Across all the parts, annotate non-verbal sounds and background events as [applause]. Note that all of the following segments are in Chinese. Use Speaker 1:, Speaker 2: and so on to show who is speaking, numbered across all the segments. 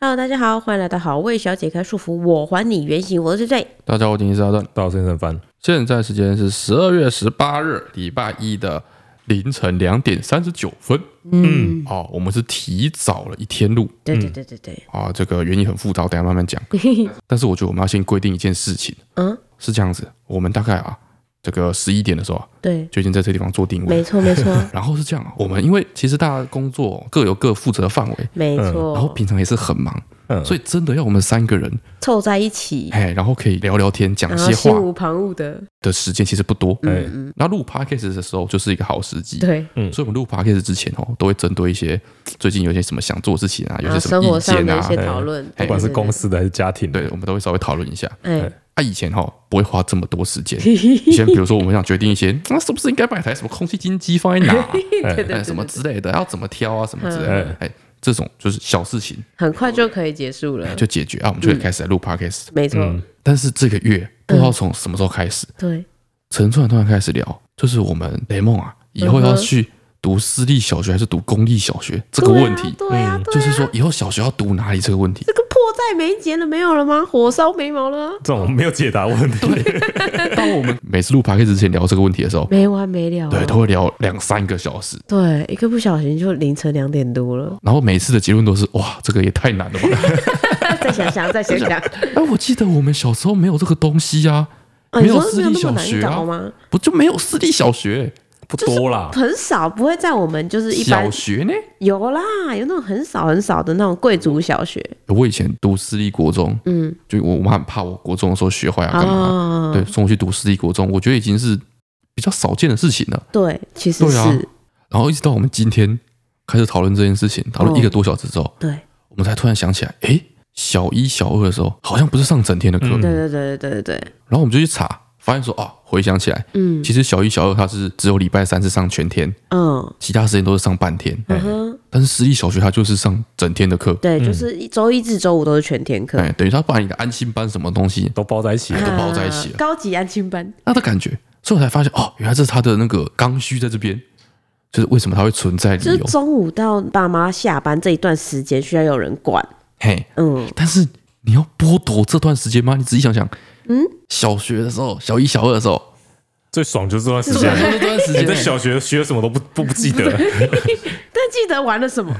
Speaker 1: Hello，大家好，欢迎来到好味小姐开束缚，我还你原形，我是醉。
Speaker 2: 大家好，我今天是阿段。
Speaker 3: 到先生翻，
Speaker 2: 现在时间是十二月十八日礼拜一的凌晨两点三十九分。嗯，哦，我们是提早了一天录
Speaker 1: 对对对对对，
Speaker 2: 啊，这个原因很复杂，我等一下慢慢
Speaker 1: [laughs]
Speaker 2: 讲。但是我觉得我们要先规定一件事情，
Speaker 1: 嗯，
Speaker 2: 是这样子，我们大概啊，这个十一点的时候啊，
Speaker 1: 对，
Speaker 2: 就已经在这地方做定位
Speaker 1: 没
Speaker 2: 了。
Speaker 1: 错没错
Speaker 2: 然后是这样啊，我们因为其实大家工作各有各负责的范围，
Speaker 1: [laughs] 没
Speaker 2: 然后
Speaker 1: 错，
Speaker 2: 平常也是很忙，
Speaker 3: 嗯
Speaker 2: 所以真的要我们三个人，
Speaker 1: 凑在一起，
Speaker 2: 哎，然后可以聊聊天、讲
Speaker 1: 嗯然后
Speaker 2: 些
Speaker 1: 心
Speaker 2: 话
Speaker 1: 无旁骛的，嗯
Speaker 2: 的时间其实不多。
Speaker 3: 哎，
Speaker 2: 那录 podcast 的时候就是一个好时机，
Speaker 1: 对，
Speaker 2: 所以我们录 podcast 之前哦，都会针对一些最近有一些什么想做的事情啊，有
Speaker 1: 然后
Speaker 2: 些什
Speaker 1: 生
Speaker 2: 么
Speaker 1: 活
Speaker 2: 意
Speaker 1: 上
Speaker 2: 见
Speaker 1: 的一
Speaker 2: 啊
Speaker 1: 些，讨论，
Speaker 2: 哎
Speaker 3: 不管是公
Speaker 1: 司，
Speaker 3: 司的还是家庭的，
Speaker 2: 对，我们都会稍微讨论一下。
Speaker 1: [laughs] 哎，
Speaker 2: 啊，以前哈、不会花这么多时
Speaker 1: [laughs]
Speaker 2: 间，以前比如说我们想决定一些，那、是不是应该买台什么空气净机放
Speaker 1: [laughs]
Speaker 2: 在哪、啊，
Speaker 1: 对对
Speaker 2: 哎
Speaker 1: 对，
Speaker 2: 什么
Speaker 1: 对
Speaker 2: 之类的，要怎么挑啊，什么之类的
Speaker 3: 嗯，
Speaker 2: 哎，这种就是小事情
Speaker 1: 很快就可以结束了，
Speaker 2: 就嗯解决啊，我
Speaker 1: 嗯
Speaker 2: 们就可以开始来录 podcast。
Speaker 1: 没错，
Speaker 2: 但是这个月
Speaker 1: 嗯
Speaker 2: 不知道从什么时候开始，
Speaker 1: 对，
Speaker 2: 陈川突然开始聊，就是我们雷梦啊，以后
Speaker 1: 嗯
Speaker 2: 要
Speaker 1: 哼
Speaker 2: 去读私立小学还是读公立小学这个问题，嗯
Speaker 1: 对啊对啊，对啊
Speaker 2: 就是说以后小学要读哪里这个问题。
Speaker 1: 这个迫在眉睫了，没有了吗？火烧眉毛了啊，
Speaker 3: 这种没有解答问 [laughs] 题，
Speaker 2: 当我们每次录 p o d 之前聊这个问题的时候，
Speaker 1: 没完没了啊，
Speaker 2: 对，都会聊两三个小时，，
Speaker 1: 对，一个不小心就凌晨两点多了 [laughs]
Speaker 2: 然后每次的结论都是哇，这个也太难了吧。
Speaker 1: 再想想，再想想，
Speaker 2: 哎，我记得我们小时候没有这个东西啊，
Speaker 1: 啊
Speaker 2: 没
Speaker 1: 你
Speaker 2: 有
Speaker 1: 说
Speaker 2: 私
Speaker 1: 没有那
Speaker 2: 立
Speaker 1: 么
Speaker 2: 小
Speaker 1: 难
Speaker 2: 学
Speaker 1: 搞
Speaker 2: 啊，
Speaker 1: 吗？
Speaker 2: 不就没有私立小学？
Speaker 3: 不多啦，
Speaker 1: 很少，不会在我们就是一般
Speaker 2: 小学呢？
Speaker 1: 有啦，有那种很少很少的那种贵族小学，
Speaker 2: 我以前读私立国中，
Speaker 1: 嗯
Speaker 2: 就我我妈很怕我国中的时候学坏啊干
Speaker 1: 啊，
Speaker 2: 嘛？对，送我去读私立国中，我觉得已经是比较少见的事情了。
Speaker 1: 对，其实
Speaker 2: 对啊
Speaker 1: 是
Speaker 2: 然后一直到我们今天开始讨论这件事情，讨论一个多小时之后，
Speaker 1: 对，
Speaker 2: 我们才突然想起来，诶，小一、小二的时候好像不是上整天的课，
Speaker 3: 嗯
Speaker 1: 对对对对对对，
Speaker 2: 然后我们就去查，发现说啊，回想起来，
Speaker 1: 嗯
Speaker 2: 其实小一、小二它是只有礼拜三是上全天，
Speaker 1: 嗯
Speaker 2: 其他时间都是上半天，
Speaker 1: 嗯哼，
Speaker 2: 但是私立小学它就是上整天的课，
Speaker 1: 对，就是一周一至周五都是全天课，
Speaker 2: 嗯哎，等于它把你的安心班什么东西
Speaker 3: 都包在一起了，
Speaker 2: 都包在一起了
Speaker 1: 啊
Speaker 2: 嗯
Speaker 1: 高级安亲班，
Speaker 2: 那的感觉，所以我才发现哦，原来这是它的那个刚需在这边，就是为什么它会存在理
Speaker 1: 就是
Speaker 2: 由，
Speaker 1: 中午到爸妈下班这一段时间需要有人管，
Speaker 2: 嘿，
Speaker 1: 嗯，
Speaker 2: 但是你要剥夺这段时间吗？你仔细想想，嗯，小学的时候，小一、小二的时候，
Speaker 3: 最爽就是这段时
Speaker 2: 这
Speaker 3: 间。
Speaker 2: 段时
Speaker 3: 你
Speaker 2: 间，
Speaker 3: 哎在小学学什么都不不不记得，
Speaker 1: [laughs] 但记得玩了什么？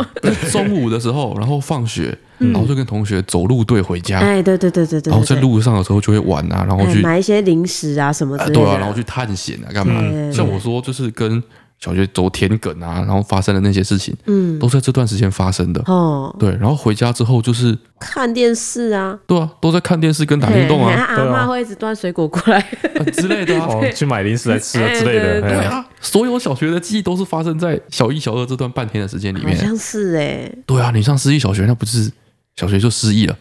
Speaker 2: 中午的时候，然后放学，然后就跟同学走路队回家，
Speaker 1: 嗯 [laughs] 哎，对对对对对，
Speaker 2: 然后在
Speaker 1: 对
Speaker 2: 路上的时候就会玩啊，然后
Speaker 1: 哎
Speaker 2: 去、
Speaker 1: 买一些零食啊什么之
Speaker 2: 啊
Speaker 1: 类
Speaker 2: 对
Speaker 1: 的
Speaker 2: 啊，然后去探险啊，干嘛
Speaker 1: 对对？对
Speaker 2: 像我说，就是跟小学走田埂啊，然后发生的那些事情，
Speaker 1: 嗯
Speaker 2: 都在这段时间发生的。
Speaker 1: 哦，
Speaker 2: 对，然后回家之后就是，
Speaker 1: 看电视啊，
Speaker 2: 对啊，都在看电视跟打运动
Speaker 1: 嘿
Speaker 2: 啊
Speaker 1: 阿
Speaker 3: 对啊
Speaker 1: 妈会一直端水果过来，
Speaker 2: 啊之类的啊。
Speaker 3: [laughs] 哦，去买零食来吃啊
Speaker 1: 哎
Speaker 3: 之类
Speaker 1: 对
Speaker 3: 的，
Speaker 2: 对
Speaker 3: 哎呀
Speaker 2: 啊，所有小学的记忆都是发生在小一、小二这段半天的时间里
Speaker 1: 好
Speaker 2: 面。
Speaker 1: 像是哎，
Speaker 2: 对啊，你上失忆小学，那不是小学就失忆了，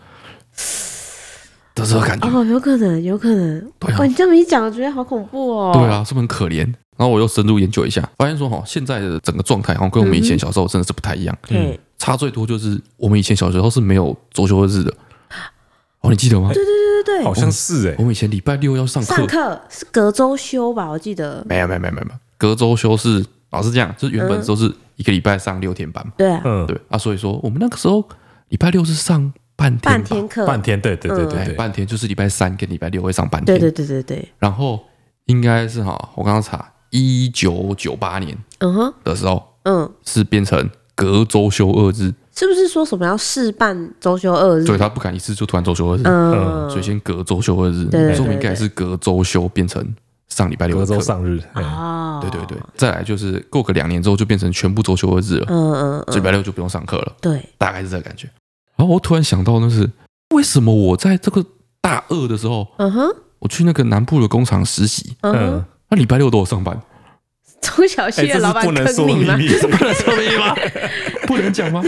Speaker 2: 的这种感觉。
Speaker 1: 哦，有可能，有可能。哦
Speaker 2: 对啊
Speaker 1: 哇，你这么一讲，我觉得好恐怖哦。
Speaker 2: 对，啊，是不是很可怜？然后我又深入研究一下，发现说哈，现在的整个状态好像跟我们以前小时候真的是不太一样，
Speaker 1: 对，
Speaker 2: 差最多就是我们以前小时候是没有周休二日的。哦，你记得吗？
Speaker 1: 对对
Speaker 3: 好
Speaker 1: 对，
Speaker 3: 像是哎
Speaker 2: 我，们以前礼拜六要上课
Speaker 1: 上，课是隔周休吧？我记得。
Speaker 2: 没有没有没有没有，没有隔周休是老是这样，就是原
Speaker 1: 嗯
Speaker 2: 本都是一个礼拜上六天班嘛，
Speaker 1: 对啊，
Speaker 3: 嗯，
Speaker 2: 对啊，所以说我们那个时候礼拜六是上半天吧，
Speaker 1: 半天课。
Speaker 3: 半天，对对对对
Speaker 2: 哎，
Speaker 3: 对，
Speaker 1: 嗯
Speaker 2: 半天就是礼拜三跟礼拜六会上半天，
Speaker 1: 对对对对对，
Speaker 2: 然后应该是哈，我刚刚查，一九九八年
Speaker 1: 嗯哼，
Speaker 2: 的时候
Speaker 1: 嗯，
Speaker 2: 是变成隔周休二日，
Speaker 1: 是不是说什么要试办周休二日？
Speaker 2: 所以他不敢一次就突然周休二日，
Speaker 1: 嗯，
Speaker 2: 所以先隔周休二日，
Speaker 1: 对对对
Speaker 2: 所以我们应该是隔周休变成上礼拜六
Speaker 3: 隔
Speaker 2: 的
Speaker 3: 周
Speaker 2: 课。
Speaker 3: 上日，哎
Speaker 1: 哦，
Speaker 2: 对对对，再来就是过个两年之后就变成全部周休二日了，
Speaker 1: 嗯嗯
Speaker 2: 所以礼
Speaker 1: 嗯，
Speaker 2: 拜六就不用上课了，
Speaker 1: 对，
Speaker 2: 大概是这个感觉。然后我突然想到，那是为什么我在这个大二的时候，
Speaker 1: 嗯哼，
Speaker 2: 我去那个南部的工厂实习，
Speaker 1: 嗯哼
Speaker 3: 嗯，，
Speaker 2: 那礼拜六都有上班，
Speaker 1: 中小
Speaker 3: 哎，
Speaker 1: 企
Speaker 3: 这
Speaker 1: 的老
Speaker 3: 是
Speaker 1: 板
Speaker 3: 不能
Speaker 1: 坑
Speaker 3: 说的
Speaker 1: 你
Speaker 3: 秘
Speaker 1: 吗？
Speaker 3: 密，
Speaker 1: [laughs]
Speaker 2: 不能说明吗？不能讲 [laughs] 吗？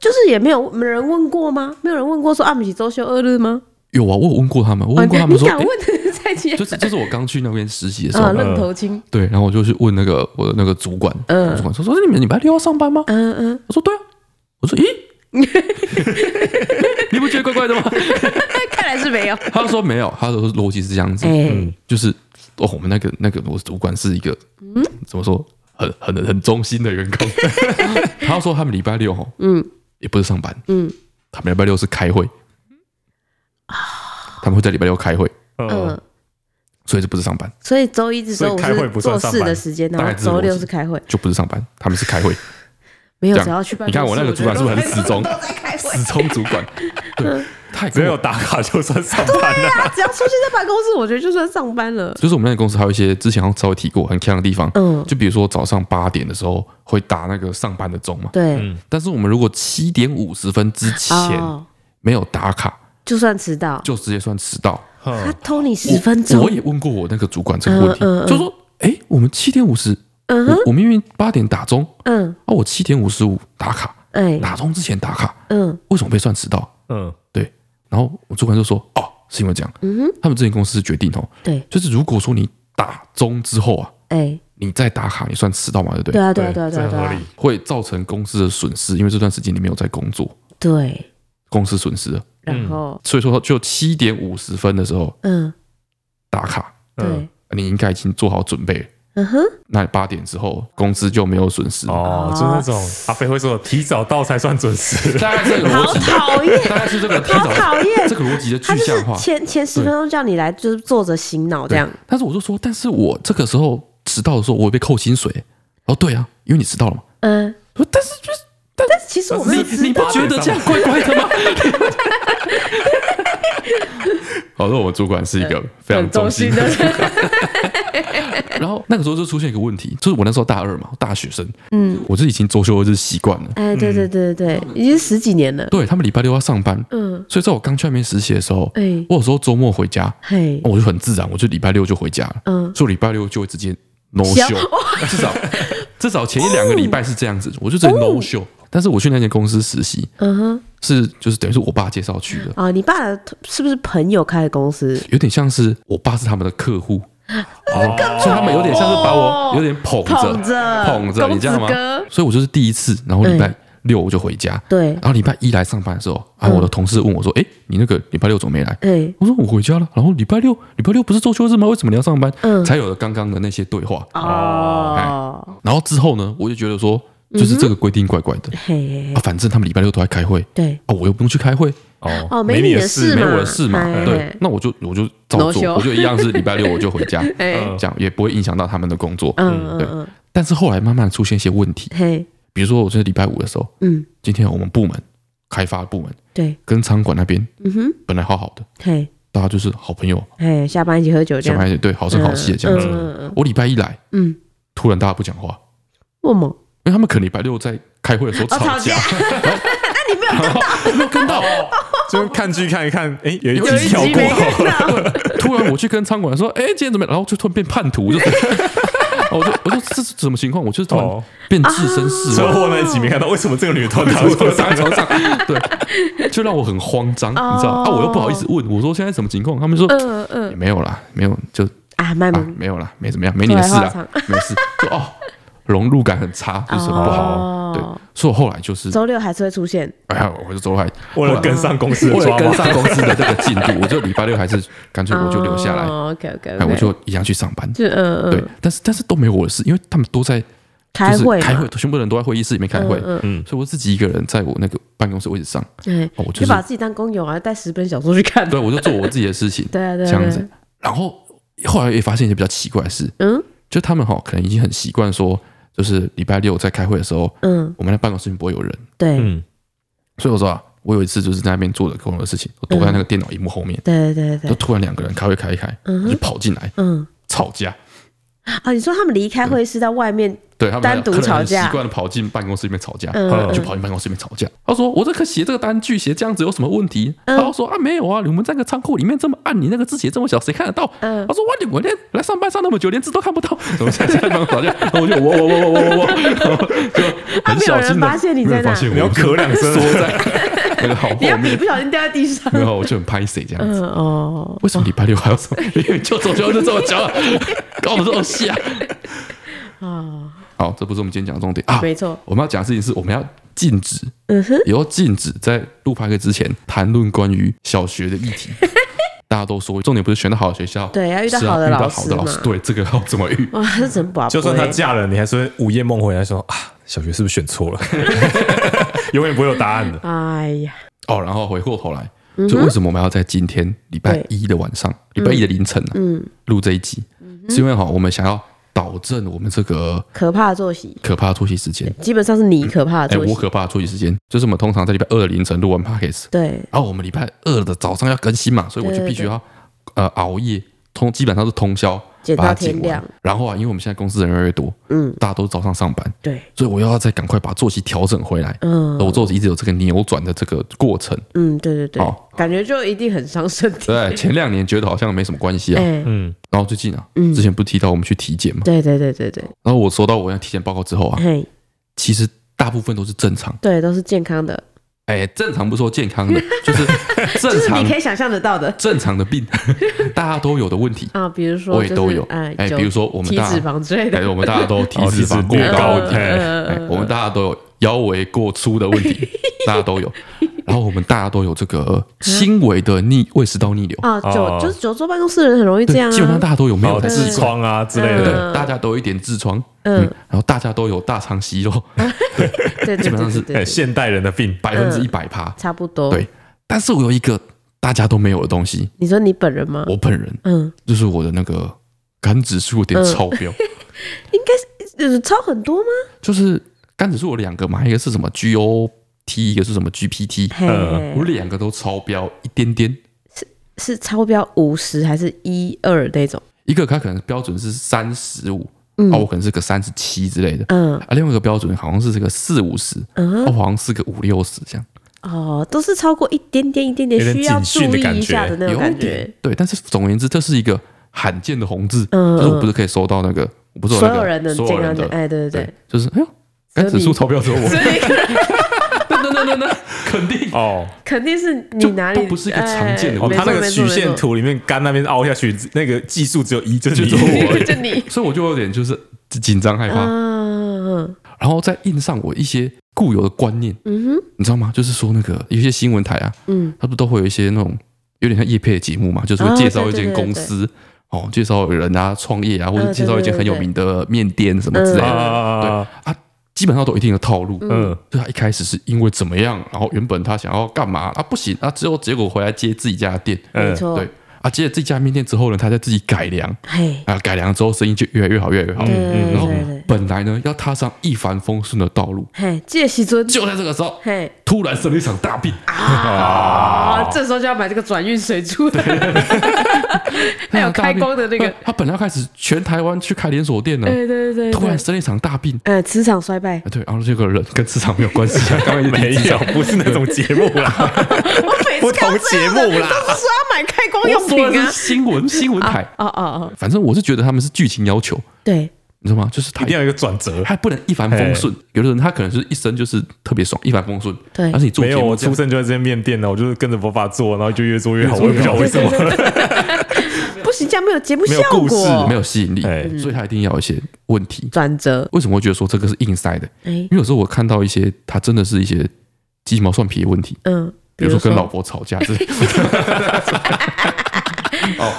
Speaker 1: 就是也没有人问过吗？没有人问过说啊，不是周休二日吗？
Speaker 2: 有啊，我有问过他们，我
Speaker 1: 啊，
Speaker 2: 问嗯
Speaker 1: 你
Speaker 2: 过他们
Speaker 1: 你
Speaker 2: 说，
Speaker 1: 敢
Speaker 2: 诶
Speaker 1: 问 [laughs] 蔡奇亚
Speaker 2: 就是就是我刚去那边实习的时
Speaker 1: 啊，
Speaker 2: 候，
Speaker 1: 愣头青，
Speaker 2: 对，然后我就去问那个我的那个主管，
Speaker 1: 嗯
Speaker 2: 主管说说哎你们礼拜六要上班吗？
Speaker 1: 嗯嗯，
Speaker 2: 我说对啊，我说咦， [laughs] 你不觉得怪怪的吗？
Speaker 1: 看来是没有。
Speaker 2: 他就说没有，他说逻辑是这样子，
Speaker 1: 哎，嗯
Speaker 2: 就是哦，我们那个那个我主管是一个，怎么说很很很忠心的员
Speaker 1: [laughs]
Speaker 2: 工，他说他们礼拜六哦，嗯，也不是上班，嗯，他们礼拜六是开会，
Speaker 1: 啊
Speaker 2: 他们会在礼拜六开会，
Speaker 3: 嗯
Speaker 1: 嗯，，
Speaker 2: 所以这不是上班，
Speaker 1: 所以周一至周五
Speaker 3: 所以开会不
Speaker 1: 是做
Speaker 3: 算上班
Speaker 1: 事的时间，然
Speaker 2: 大
Speaker 1: 后
Speaker 2: 概是如
Speaker 1: 周
Speaker 2: 此
Speaker 1: 六是开会，
Speaker 2: 就不是上班，他们是开会。
Speaker 1: 没有
Speaker 2: 这样
Speaker 1: 只要去办
Speaker 2: 你
Speaker 1: 公室。
Speaker 2: 看我那个主管是不是很死
Speaker 1: 我
Speaker 2: 忠
Speaker 1: 觉得都在开会嗯
Speaker 2: 死忠主
Speaker 1: [laughs]
Speaker 2: 管，对，太
Speaker 3: 只要有打卡就算上班了。
Speaker 1: 他只要出现在办公室，我觉得就算上班了。
Speaker 2: 就是我们那个公司还有一些之前好像稍微提过很强的地方，
Speaker 1: 嗯
Speaker 2: 就比如说早上八点的时候会打那个上班的钟嘛，
Speaker 1: 对，
Speaker 2: 但是我们如果七点五十分之前
Speaker 1: 哦，
Speaker 2: 没有打卡，
Speaker 1: 就算迟到，
Speaker 2: 就直接算迟到。
Speaker 1: 他偷你十分钟
Speaker 2: 我，我也问过我那个主管这个问题，
Speaker 1: 嗯嗯嗯
Speaker 2: 就说，哎，我们七点五十，
Speaker 1: 嗯
Speaker 2: 我我明明八点打钟，
Speaker 1: 嗯，
Speaker 2: 啊，我七点五十五打卡，
Speaker 1: 哎，
Speaker 2: 打钟之前打卡，
Speaker 1: 嗯，
Speaker 2: 为什么被算迟到？
Speaker 3: 嗯，
Speaker 2: 对，然后我主管就说，哦，是因为这样，他们之前公司决定哦，
Speaker 1: 嗯对，
Speaker 2: 就是如果说你打钟之后啊，
Speaker 1: 哎，
Speaker 2: 你再打卡，你算迟到嘛，对不对？
Speaker 1: 对啊，对啊，对啊，对啊，
Speaker 3: 这很
Speaker 1: 对
Speaker 3: 合
Speaker 1: 啊
Speaker 3: 理，。
Speaker 2: 会造成公司的损失，因为这段时间你没有在工作，
Speaker 1: 对，
Speaker 2: 公司损失了。
Speaker 1: 然后，
Speaker 2: 所以说，就七点五十分的时候
Speaker 1: 嗯，
Speaker 2: 打卡，
Speaker 1: 对，
Speaker 2: 你应该已经做好准备了。
Speaker 1: 嗯哼，
Speaker 2: 那八点之后，公司就没有损失。
Speaker 1: 啊
Speaker 3: 哦，就是那种阿飞会说提早到才算准时。
Speaker 2: 大概这个
Speaker 1: 好
Speaker 2: 逻辑，
Speaker 1: 讨厌，
Speaker 2: [laughs] 大概是这个提
Speaker 1: 好
Speaker 2: 早
Speaker 1: 讨厌
Speaker 2: 这，个逻辑的
Speaker 1: 他
Speaker 2: 具
Speaker 1: 就
Speaker 2: 象化
Speaker 1: 是。前前十分钟叫你来，就是坐着醒脑这
Speaker 2: 对
Speaker 1: 样，
Speaker 2: 但是我就说，但是我这个时候迟到的时候，我会被扣薪水。哦，对啊，因为你迟到了嘛。
Speaker 1: 嗯，
Speaker 2: 我说但是就是
Speaker 1: 但是其实我没有
Speaker 2: 你
Speaker 1: 知
Speaker 2: 你不
Speaker 1: 道，
Speaker 2: 觉得这样怪怪的吗？ [laughs] 好，那我主管是一个非常
Speaker 1: 很
Speaker 2: 忠
Speaker 1: 忠
Speaker 2: 心
Speaker 1: 心的。
Speaker 2: [laughs] 然后那个时候就出现一个问题，就是我那时候大二嘛，大学生，嗯，我是已经周休二日习惯了。
Speaker 1: 哎，对对对对
Speaker 2: 嗯
Speaker 1: 对，已经十几年了，
Speaker 2: 对他们礼拜六要上班，
Speaker 1: 嗯，
Speaker 2: 所以在我刚去那边实习的时候，
Speaker 1: 哎，
Speaker 2: 我有时候周末回家，
Speaker 1: 嘿，
Speaker 2: 我就很自然，我就礼拜六就回家了，
Speaker 1: 嗯
Speaker 2: 所以我礼拜六就会直接 no
Speaker 1: 行
Speaker 2: show，至少至少前一两个礼拜是这样子，我就直接 no show。但是我去那间公司实习，
Speaker 1: 嗯哼，
Speaker 2: 是就是等于是我爸介绍去的，
Speaker 1: 哦，你爸的同是不是朋友开的公司？
Speaker 2: 有点像是我爸是他们的客户，哦所以他们有点像是把我有点捧着
Speaker 1: 捧着
Speaker 2: 捧着，你知道吗
Speaker 1: 公子哥？
Speaker 2: 所以我就是第一次，然后礼拜六我就回家，
Speaker 1: 对嗯
Speaker 2: 然后礼拜一来上班的时候，啊，我的同事问我说：“哎，你那个礼拜六怎么没来？”
Speaker 1: 哎，
Speaker 2: 我说我回家了，然后礼拜六，礼拜六不是周休日吗？为什么你要上班？
Speaker 1: 嗯
Speaker 2: 才有了刚刚的那些对话。
Speaker 1: 哦，
Speaker 2: 然后之后呢，我就觉得说，
Speaker 1: 嗯
Speaker 2: 就是这个规定怪怪的、
Speaker 1: 嘿嘿嘿，
Speaker 2: 啊，反正他们礼拜六都在开会，
Speaker 1: 对，
Speaker 2: 哦，我又不用去开会，
Speaker 1: 哦
Speaker 3: 哦
Speaker 1: 没你
Speaker 3: 你
Speaker 1: 的事
Speaker 3: 嘛
Speaker 2: 没
Speaker 1: 嘛
Speaker 2: 我的事嘛，
Speaker 1: 哎
Speaker 2: 对，那我就我就照
Speaker 1: No
Speaker 2: 做，
Speaker 1: show
Speaker 2: 我就一样是礼拜六我就回家，
Speaker 1: [laughs] 哎，
Speaker 2: 这样也不会影响到他们的工作。
Speaker 1: 嗯嗯
Speaker 2: 但是后来慢慢地出现一些问题，
Speaker 1: 嗯，嘿，
Speaker 2: 比如说我这礼拜五的时候，
Speaker 1: 嗯，
Speaker 2: 今天我们部门开发部门
Speaker 1: 对，
Speaker 2: 跟仓管那边
Speaker 1: 嗯哼，
Speaker 2: 本来好好的，
Speaker 1: 嘿，
Speaker 2: 大家就是好朋友，
Speaker 1: 嘿，下班一起喝酒这
Speaker 2: 小
Speaker 1: 样，
Speaker 2: 孩也对好声好气的这样子。
Speaker 1: 嗯嗯
Speaker 2: 我礼拜一来，
Speaker 1: 嗯，
Speaker 2: 突然大家不讲话。
Speaker 1: 为什么？
Speaker 2: 因为他们可能礼拜六在开会的时候啊
Speaker 1: 哦，吵
Speaker 2: 架
Speaker 1: 架，，
Speaker 2: 没有跟到。
Speaker 3: [laughs] 就是看剧看一看，哎，有一
Speaker 1: 有一
Speaker 3: 集跳
Speaker 1: 集 [laughs] 没
Speaker 3: [laughs] 过，
Speaker 1: 看到，
Speaker 2: 突然我去跟餐馆说：“哎，今天怎么样？”然后就突然变叛徒，就是， [laughs] 我就我就这是什么情况？我就是突然
Speaker 3: 哦啊
Speaker 2: 变置身事
Speaker 3: 车
Speaker 2: 外，
Speaker 3: 祸那一集没看到，为什么这个女的突 [laughs] 然
Speaker 2: 躺
Speaker 3: 躺
Speaker 2: 在
Speaker 3: 在
Speaker 2: 躺在
Speaker 3: 上？
Speaker 2: 床上，对，就让我很慌张，你
Speaker 1: 哦
Speaker 2: 知道？啊，我又不好意思问，我说现在什么情况？他们说哎
Speaker 1: 嗯嗯
Speaker 2: 没有啦，没有，就
Speaker 1: 啊，慢
Speaker 2: 啊
Speaker 1: 慢，
Speaker 2: 没有啦，没怎么样，没你的事
Speaker 1: 后来
Speaker 2: 啦
Speaker 1: 话，
Speaker 2: 没事。就哦，融入感很差，就是很不好。
Speaker 1: 哦
Speaker 2: 对，所以我后来就是，
Speaker 1: 周六还是会出现，
Speaker 2: 哎呀，我就走开。
Speaker 3: 为了跟上公司的
Speaker 2: 为了
Speaker 3: 抓
Speaker 2: 跟
Speaker 3: 吗？
Speaker 2: 上公司的这个进度，我就礼拜六还是干脆我就留下来，
Speaker 1: OK OK，
Speaker 2: 哎，我就一样去上班。
Speaker 1: 哦就嗯
Speaker 2: 对
Speaker 1: 嗯，，
Speaker 2: 但是但是都没有我的事，因为他们都在
Speaker 1: 开
Speaker 2: 就是
Speaker 1: 会哎
Speaker 2: 开会，全部人都在会议室里面开会，
Speaker 1: 嗯
Speaker 2: 嗯，所以我自己一个人在我那个办公室位置上，
Speaker 1: 对，
Speaker 2: 哦我就
Speaker 1: 就是把自己当工友啊，带十本小说去看，，
Speaker 2: 对我就做我自己的事情
Speaker 1: [laughs] 对啊对啊，
Speaker 2: 这样子，。然后后来也发现一些比较奇怪的事，
Speaker 1: 嗯
Speaker 2: 就他们哈可能已经很习惯说，就是礼拜六在开会的时候，
Speaker 1: 嗯，
Speaker 2: 我们的办公室里面不会有人，
Speaker 1: 对
Speaker 3: 嗯，
Speaker 2: 所以我说啊，我有一次就是在那边做着工作的事情，我躲在那个电脑荧幕后面，
Speaker 1: 对对
Speaker 2: 就
Speaker 1: 嗯对，
Speaker 2: 突然两个人开会开一开，我就跑进来
Speaker 1: 嗯。
Speaker 2: 吵架。
Speaker 1: 啊，你说他们离开会是在外面？
Speaker 2: 对他们
Speaker 1: 单独
Speaker 2: 可能很
Speaker 1: 吵架
Speaker 2: 习惯的跑进办公室里面吵架，
Speaker 1: 嗯
Speaker 3: 嗯
Speaker 2: 就跑进办公室里面吵架。他说：“我这个写这个单据写这样子有什么问题？”然后说：“啊，没有啊，你们在那个仓库里面这么暗，你那个字写这么小，谁看得到？”
Speaker 1: 嗯
Speaker 2: 他说：“哇，你们连来上班上那么久，连字都看不到，怎么在在办公室吵架？”然后我就我我我我我我，然后就很小心
Speaker 1: 啊没有人
Speaker 2: 的，
Speaker 1: 发现你在哪
Speaker 2: 没有人发现我
Speaker 3: 你要咳两声
Speaker 2: 缩在那个好
Speaker 1: 你
Speaker 2: 后
Speaker 1: 要笔
Speaker 2: 面，
Speaker 1: 不小心掉在地
Speaker 2: [laughs]
Speaker 1: 上。
Speaker 2: 然后我就很拍谁这样
Speaker 1: 嗯
Speaker 2: 子。
Speaker 1: [laughs] 哦，
Speaker 2: 为什么礼拜六还要上？ [laughs] 因为就走就就这么
Speaker 1: [laughs]
Speaker 2: 久了，搞我们这种戏啊！
Speaker 1: 啊，
Speaker 2: 好，这不是我们今天讲的重点啊。
Speaker 1: 没错。
Speaker 2: 我们要讲的事情是我们要禁止，
Speaker 1: 嗯哼， [laughs]
Speaker 2: 以后禁止在录拍课之前谈论关于小学的议题。大家都说，重点不是选到好的学校，
Speaker 1: 对要遇到
Speaker 2: 是啊
Speaker 1: 好的
Speaker 2: 遇
Speaker 1: 老
Speaker 2: 到
Speaker 1: 师
Speaker 2: 好的老师
Speaker 1: 嘛，嗯
Speaker 2: 对这个要怎么遇？
Speaker 1: 哇，这真宝贝。
Speaker 3: 就算她嫁了，你还是会午夜梦回来说啊，小学是不是选错了？永远不会有答案的。
Speaker 1: 哎呀，
Speaker 2: 哦，然后回过头来，
Speaker 1: 嗯
Speaker 2: 就为什么我们要在今天礼拜一的晚上，礼拜一的凌晨
Speaker 1: 嗯
Speaker 2: 啊，录这一集，是因为哈，我们想要导正我们这个
Speaker 1: 可怕的作息，
Speaker 2: 可怕的作息时间。
Speaker 1: 基本上是你可怕的
Speaker 2: 哎，
Speaker 1: 作
Speaker 2: 我
Speaker 1: 息。
Speaker 2: 可怕的作息时间就是我们通常在礼拜二的凌晨录完 podcast，
Speaker 1: 对，
Speaker 2: 然后我们礼拜二的早上要更新嘛，所以我就必须要呃熬夜通，基本上是通宵
Speaker 1: 剪到
Speaker 2: 把它剪
Speaker 1: 天
Speaker 2: 完
Speaker 1: 亮。
Speaker 2: 然后啊，因为我们现在公司人越来越多，嗯，大家都早上上班，
Speaker 1: 对，
Speaker 2: 所以我又要再赶快把作息调整回来。
Speaker 1: 嗯
Speaker 2: 我作息一直有这个扭转的这个过程。
Speaker 1: 嗯，对对对
Speaker 2: 好，
Speaker 1: 感觉就一定很伤身体。
Speaker 2: 对，前两年觉得好像没什么关系啊，
Speaker 1: 哎，嗯
Speaker 2: 然后最近啊，之前不提到我们去体检嘛，
Speaker 1: 对对对对对，
Speaker 2: 然后我收到我要体检报告之后啊，
Speaker 1: 嘿，
Speaker 2: 其实大部分都是正常，
Speaker 1: 对，都是健康的，
Speaker 2: 哎，正常不说健康
Speaker 1: [laughs]
Speaker 2: 的，就是
Speaker 1: 就
Speaker 2: 正
Speaker 1: 是你可
Speaker 2: 常
Speaker 1: 以想象得到的
Speaker 2: 正常的
Speaker 3: [laughs]
Speaker 2: 病，大家都有的问题，
Speaker 1: 啊，比如说
Speaker 2: 我也
Speaker 1: 就是
Speaker 2: 都有，
Speaker 1: 哎，
Speaker 2: 哎，
Speaker 1: 就
Speaker 2: 比如说我们
Speaker 1: 体
Speaker 2: 大
Speaker 1: 脂肪之类
Speaker 2: 哎，
Speaker 1: 的，
Speaker 2: 我们大家都有体
Speaker 3: 哦
Speaker 2: 脂
Speaker 3: 体脂
Speaker 2: 肪过
Speaker 3: 过
Speaker 2: 高
Speaker 3: 高
Speaker 2: 问题，
Speaker 3: 哎
Speaker 2: 哎，我们大家都有腰围过粗的问
Speaker 3: [laughs]
Speaker 2: 题，大家都有，然后我们大家都有这个轻微的逆胃食道逆流，
Speaker 1: 啊，久
Speaker 3: 嗯哦
Speaker 1: 就是久坐办公室的人很容易这
Speaker 2: 对
Speaker 1: 样，啊，
Speaker 2: 基本上大家都有，没
Speaker 3: 然
Speaker 2: 有
Speaker 3: 后
Speaker 2: 在
Speaker 3: 痔
Speaker 2: 自
Speaker 3: 疮啊之类
Speaker 2: 对，
Speaker 3: 的，
Speaker 1: 嗯
Speaker 2: 大家都有一点痔疮，
Speaker 1: 嗯
Speaker 2: 嗯，然后大家都有大肠息肉，
Speaker 3: 嗯
Speaker 1: 对对
Speaker 2: 基本上
Speaker 1: 对
Speaker 2: 是
Speaker 1: 对
Speaker 3: 哎，
Speaker 1: 对，
Speaker 3: 现代人
Speaker 2: [laughs]
Speaker 3: 的病，
Speaker 2: 百分之一百趴。
Speaker 1: 差不
Speaker 3: 嗯
Speaker 1: 多。
Speaker 2: 对，但是我有一个大家都没有的东西，
Speaker 1: 你说你本人吗？
Speaker 2: 我本人
Speaker 1: 嗯，
Speaker 2: 就是我的那个肝指数有
Speaker 3: 嗯
Speaker 2: 点超标，
Speaker 1: 呃超很多吗？
Speaker 2: 就是肝指数有两个嘛，一个是什么 GOT，一个是什么 GPT，
Speaker 1: 嘿，
Speaker 2: 我两个都超标一点点。
Speaker 1: 是超标五十还是一二那种？
Speaker 2: 一个它可能标准是三十五，
Speaker 1: 嗯
Speaker 2: 啊，我可能是个三十七之类的，
Speaker 1: 嗯
Speaker 2: 啊，另外一个标准好像是这个四五十，
Speaker 1: 嗯
Speaker 2: 哦，好像是个五六十这样。
Speaker 1: 哦，都是超过一点点一点点，
Speaker 3: 有点
Speaker 1: 需要
Speaker 3: 警
Speaker 1: 注
Speaker 3: 讯的
Speaker 1: 意一
Speaker 3: 感
Speaker 1: 下的
Speaker 3: 觉
Speaker 1: 那种
Speaker 2: 有
Speaker 1: 感
Speaker 2: 一
Speaker 1: 觉
Speaker 2: 点。对，但是总而言之，这是一个罕见的红字，
Speaker 1: 嗯
Speaker 2: 就是我不是可以收到那个，我不是有
Speaker 1: 所
Speaker 2: 那个
Speaker 1: 有人的
Speaker 2: 所
Speaker 1: 健
Speaker 2: 有人
Speaker 1: 康
Speaker 2: 的
Speaker 1: 检，，哎，对对
Speaker 2: 对
Speaker 1: 对，，
Speaker 2: 就是哎呦，肝指数超
Speaker 1: [laughs]
Speaker 3: 哦
Speaker 2: 标只有我，
Speaker 1: 所以
Speaker 2: 那那那那那 [laughs] 肯定
Speaker 3: 哦，
Speaker 1: 肯定是你哪里
Speaker 2: 就不是一个常见的
Speaker 1: 哎
Speaker 2: 我
Speaker 3: 哦，
Speaker 1: 没
Speaker 3: 他
Speaker 1: 错
Speaker 3: 那个
Speaker 1: 没错
Speaker 3: 曲
Speaker 1: 没
Speaker 3: 线
Speaker 1: 错
Speaker 3: 图里面肝那边凹下去，那个技术只有一，就
Speaker 2: 就
Speaker 3: 是你
Speaker 2: 只有我而已
Speaker 1: [laughs] 就你
Speaker 2: 所以我就有点就是紧张害怕，
Speaker 1: 啊，
Speaker 2: 然后再印上我一些固有的观念，
Speaker 1: 嗯
Speaker 2: 你知道吗？就是说那个有些新闻台啊，
Speaker 1: 嗯，
Speaker 2: 它不都会有一些那种有点像业配的节目嘛，就是会
Speaker 1: 哦
Speaker 2: 介绍
Speaker 1: 对
Speaker 2: 一
Speaker 1: 对对
Speaker 2: 间公司。哦，介绍人啊，创业啊，或
Speaker 1: 嗯
Speaker 2: 者
Speaker 1: 对
Speaker 2: 介绍一间
Speaker 1: 对嗯
Speaker 2: 很有
Speaker 1: 对
Speaker 2: 名的面店什么之类的，
Speaker 3: 啊，
Speaker 2: 基本上都有一定的套路。
Speaker 3: 嗯，
Speaker 2: 就他一开始是因为怎么样，然后原本他想要干嘛啊，不行啊，之后结果回来接自己家的店，
Speaker 3: 呃
Speaker 1: 哼，没错
Speaker 2: 对，啊，接了自己家面店之后呢，他再自己改良
Speaker 1: 嘿，
Speaker 2: 啊，改良之后生意就越来越好，越来越好。
Speaker 1: 对
Speaker 3: 嗯
Speaker 1: 对
Speaker 2: 然后
Speaker 1: 对对，
Speaker 2: 本来呢要踏上一帆风顺的道路，
Speaker 1: 嘿，借西尊，
Speaker 2: 就在这个时候，
Speaker 1: 嘿
Speaker 2: 突然生了一场大病，
Speaker 1: 啊，这时候就要买这个转运水珠， [laughs] 还有开工的那个
Speaker 2: 对，哎他本来要开始全台湾去开连锁店呢，
Speaker 1: 对对对，对
Speaker 2: 突然生了一场大病。
Speaker 1: [laughs] 呃，磁场衰败，
Speaker 2: 啊，对，然后这个人跟市场没有关
Speaker 3: [laughs]
Speaker 2: 系，他刚刚已经
Speaker 3: 没
Speaker 2: 提
Speaker 3: 有
Speaker 2: 到，
Speaker 3: 不是那种节目啦，
Speaker 1: 我每
Speaker 3: 不
Speaker 1: 次看
Speaker 3: 同
Speaker 1: 到这
Speaker 3: 节
Speaker 1: 样的
Speaker 3: 目啦，
Speaker 1: 都是说要买开工
Speaker 2: 我
Speaker 1: 用
Speaker 2: 说
Speaker 1: 品
Speaker 2: 的
Speaker 1: 啊
Speaker 2: 是，新闻新闻台，
Speaker 1: 哦哦哦，
Speaker 2: 反正我是觉得他们是剧情要求，
Speaker 1: 对，
Speaker 2: 你知道吗？就是他
Speaker 3: 一定要有一个转折。
Speaker 2: 他不能一帆风顺。有的人他可能就是一生就是特别爽，一帆风顺。
Speaker 1: 对
Speaker 2: 但是你做
Speaker 3: 没
Speaker 2: 节
Speaker 3: 有，
Speaker 2: 目
Speaker 3: 我
Speaker 2: 这样
Speaker 3: 出生就在这间面店呢，我就是跟着佛法做，然后就越做越好，我
Speaker 2: 越
Speaker 3: 也不晓
Speaker 2: 做
Speaker 3: 得
Speaker 2: 越
Speaker 3: 为什么。
Speaker 1: [laughs] 不行，这样没有节目效
Speaker 3: 没有故
Speaker 1: 果
Speaker 3: 事
Speaker 2: 没，有吸引力
Speaker 3: 哎，
Speaker 1: 嗯
Speaker 2: 所以他一定要有一些问题。
Speaker 1: 转折，
Speaker 2: 为什么会觉得说这个是硬塞的？
Speaker 1: 哎
Speaker 2: 因，为有时候我看到一些他真的是一些鸡毛蒜皮的问题，
Speaker 1: 嗯，
Speaker 2: 比如说跟老婆吵架之类的。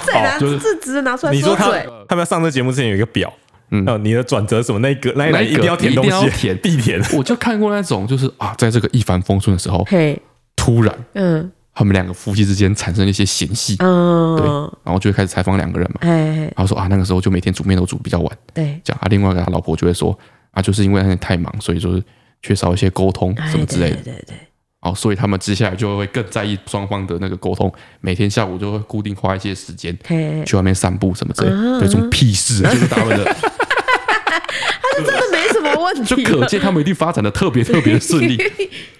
Speaker 1: 再拿
Speaker 2: 就是
Speaker 1: 这直接拿出来
Speaker 3: 你说
Speaker 1: 说
Speaker 3: 他
Speaker 1: 嘴，
Speaker 3: 他们要上这节目之前有一个表，
Speaker 2: 嗯
Speaker 3: 嗯，你的转折什么那一个那一
Speaker 2: 那
Speaker 3: 栏
Speaker 2: 一
Speaker 3: 一
Speaker 2: 格
Speaker 3: 定要填东
Speaker 2: 一定
Speaker 3: 西
Speaker 2: 要，填
Speaker 3: 必填。
Speaker 2: 我就看过那种，就是啊，在这个一帆风顺的时候，
Speaker 1: 嘿，
Speaker 2: 突然
Speaker 1: 嗯
Speaker 2: 他们两个夫妻之间产生了一些嫌隙，对，
Speaker 1: 嗯，
Speaker 2: 然后就会开始采访两个人嘛。
Speaker 1: 哎哎，
Speaker 2: 然后说啊，那个时候就每天煮面都煮比较晚，
Speaker 1: 对，
Speaker 2: 讲啊，另外一个他老婆就会说啊，就是因为他太忙，所以就是缺少一些沟通
Speaker 1: 哎
Speaker 2: 什么之类的
Speaker 1: 对。对对对，
Speaker 2: 哦，所以他们接下来就会更在意双方的那个沟通，每天下午就会固定花一些时间
Speaker 1: 嘿，
Speaker 2: 去外面散步什么之类的，
Speaker 1: 啊
Speaker 2: 有这种屁事啊，就是他们
Speaker 1: [laughs]
Speaker 2: 的，
Speaker 1: 这真的没什么问
Speaker 2: 就
Speaker 1: 题
Speaker 2: 可
Speaker 1: 了，
Speaker 2: 见他们一定发展的特别特别的顺
Speaker 1: [laughs]
Speaker 2: 利，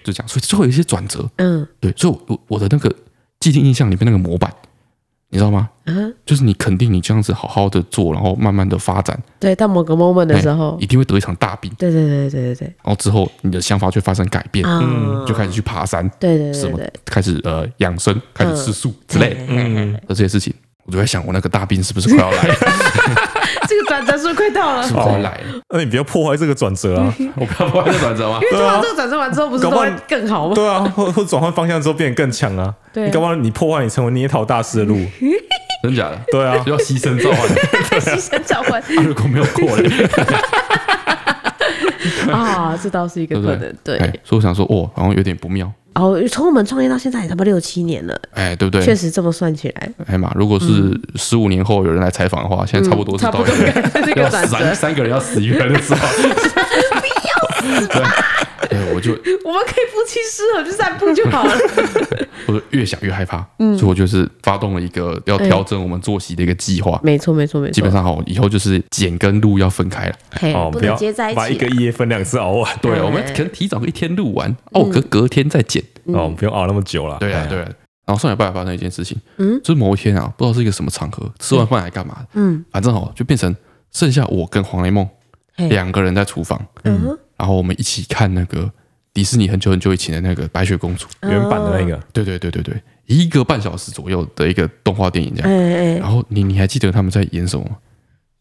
Speaker 2: 就这样，所以就会有一些转折，
Speaker 1: 嗯
Speaker 2: 对，所以我我我的那个既定印象里面那个模板，你知道吗？
Speaker 1: 嗯，
Speaker 2: 就是你肯定你这样子好好的做，然后慢慢的发展
Speaker 1: 对，到某个 moment 的时候
Speaker 2: 哎一，定会得一场大病，
Speaker 1: 对对对对对
Speaker 2: 然后之后你的想法就会发生改变嗯
Speaker 1: 对，，啊，
Speaker 2: 就开始去爬山，
Speaker 1: 对对
Speaker 2: 什
Speaker 1: 对
Speaker 2: 么
Speaker 1: 对，
Speaker 2: 开始呃养生，开始吃素之类的，
Speaker 1: 嗯
Speaker 2: 的这些事情，我就在想，我那个大病是不是快要来了？
Speaker 1: 这个转折是不是快到了
Speaker 2: 是？不是快来了？
Speaker 3: 那你不要破坏这个转折啊！
Speaker 2: 哦我不要破坏这转折吗？
Speaker 1: 因为通
Speaker 3: 对
Speaker 1: 常
Speaker 3: 啊
Speaker 1: 这个转折完之后，不是都
Speaker 3: 搞不好
Speaker 1: 会更好吗？
Speaker 3: 对啊，或或转换方向之后变得更强啊！
Speaker 1: 对啊
Speaker 3: 你搞不好你破坏你成为捏陶大师的路。
Speaker 2: 真假的？
Speaker 3: 对啊，
Speaker 2: 要牺牲召唤，
Speaker 1: [laughs]
Speaker 2: [laughs]
Speaker 1: 牺牲交换
Speaker 2: 啊如果没有过嘞，
Speaker 1: 啊，这倒是一个
Speaker 2: 对不
Speaker 1: 可
Speaker 2: 对
Speaker 1: 能。对，
Speaker 2: 哎，所以我想说，哦，好像有点不妙，
Speaker 1: 然后从我们创业到现在也他妈六七年了，
Speaker 2: 哎，对不对？
Speaker 1: 确实这么算起来，
Speaker 2: 哎妈，如果是十五年后有人来采访的话，现在差不多
Speaker 1: 嗯
Speaker 2: 是
Speaker 1: 差不
Speaker 2: 到
Speaker 1: 多
Speaker 2: 一个
Speaker 1: 该是一个
Speaker 2: 要
Speaker 1: 转
Speaker 2: 三
Speaker 1: 折。
Speaker 2: 三个人要死一个人的
Speaker 1: [laughs]
Speaker 2: 时候，对，啊对，我就
Speaker 1: 我们可以夫妻适合去散步就
Speaker 2: [laughs]
Speaker 1: 好了。
Speaker 2: 我就越想越害怕，
Speaker 1: 嗯
Speaker 2: 所以我就是发动了一个
Speaker 1: 哎
Speaker 2: 要调整我们作息的一个计划。
Speaker 1: 没错，没错，没错。
Speaker 2: 基本上好，以后就是剪跟录要分开了。
Speaker 1: 嘿
Speaker 3: 哦，
Speaker 1: 不
Speaker 3: 要
Speaker 1: 能接在一
Speaker 3: 把一
Speaker 1: 起
Speaker 3: 个
Speaker 1: 啊。
Speaker 3: 夜分两次熬完。
Speaker 2: 对，
Speaker 1: 哎嗯
Speaker 2: 我们可能提早一天录完，哦，隔隔天再剪。
Speaker 3: 哦，不用熬那么久了。
Speaker 2: 对啊，
Speaker 3: 哎呀
Speaker 2: 对啊。然后上礼拜还发生一件事情，嗯，就是某一天啊，不知道是一个什么场合，吃完饭还干嘛的，嗯，反正哦，就变成剩下我跟黄雷梦
Speaker 1: 嘿
Speaker 2: 两个人在厨房，
Speaker 1: 嗯哼，
Speaker 2: 然后我们一起看那个迪士尼很久很久以前的那个《白雪公主》，
Speaker 3: 哎原版的那个
Speaker 2: 对对对对对，一个半小时左右的一个动画电影这样。
Speaker 1: 哎哎，
Speaker 2: 然后你你还记得他们在演什么吗？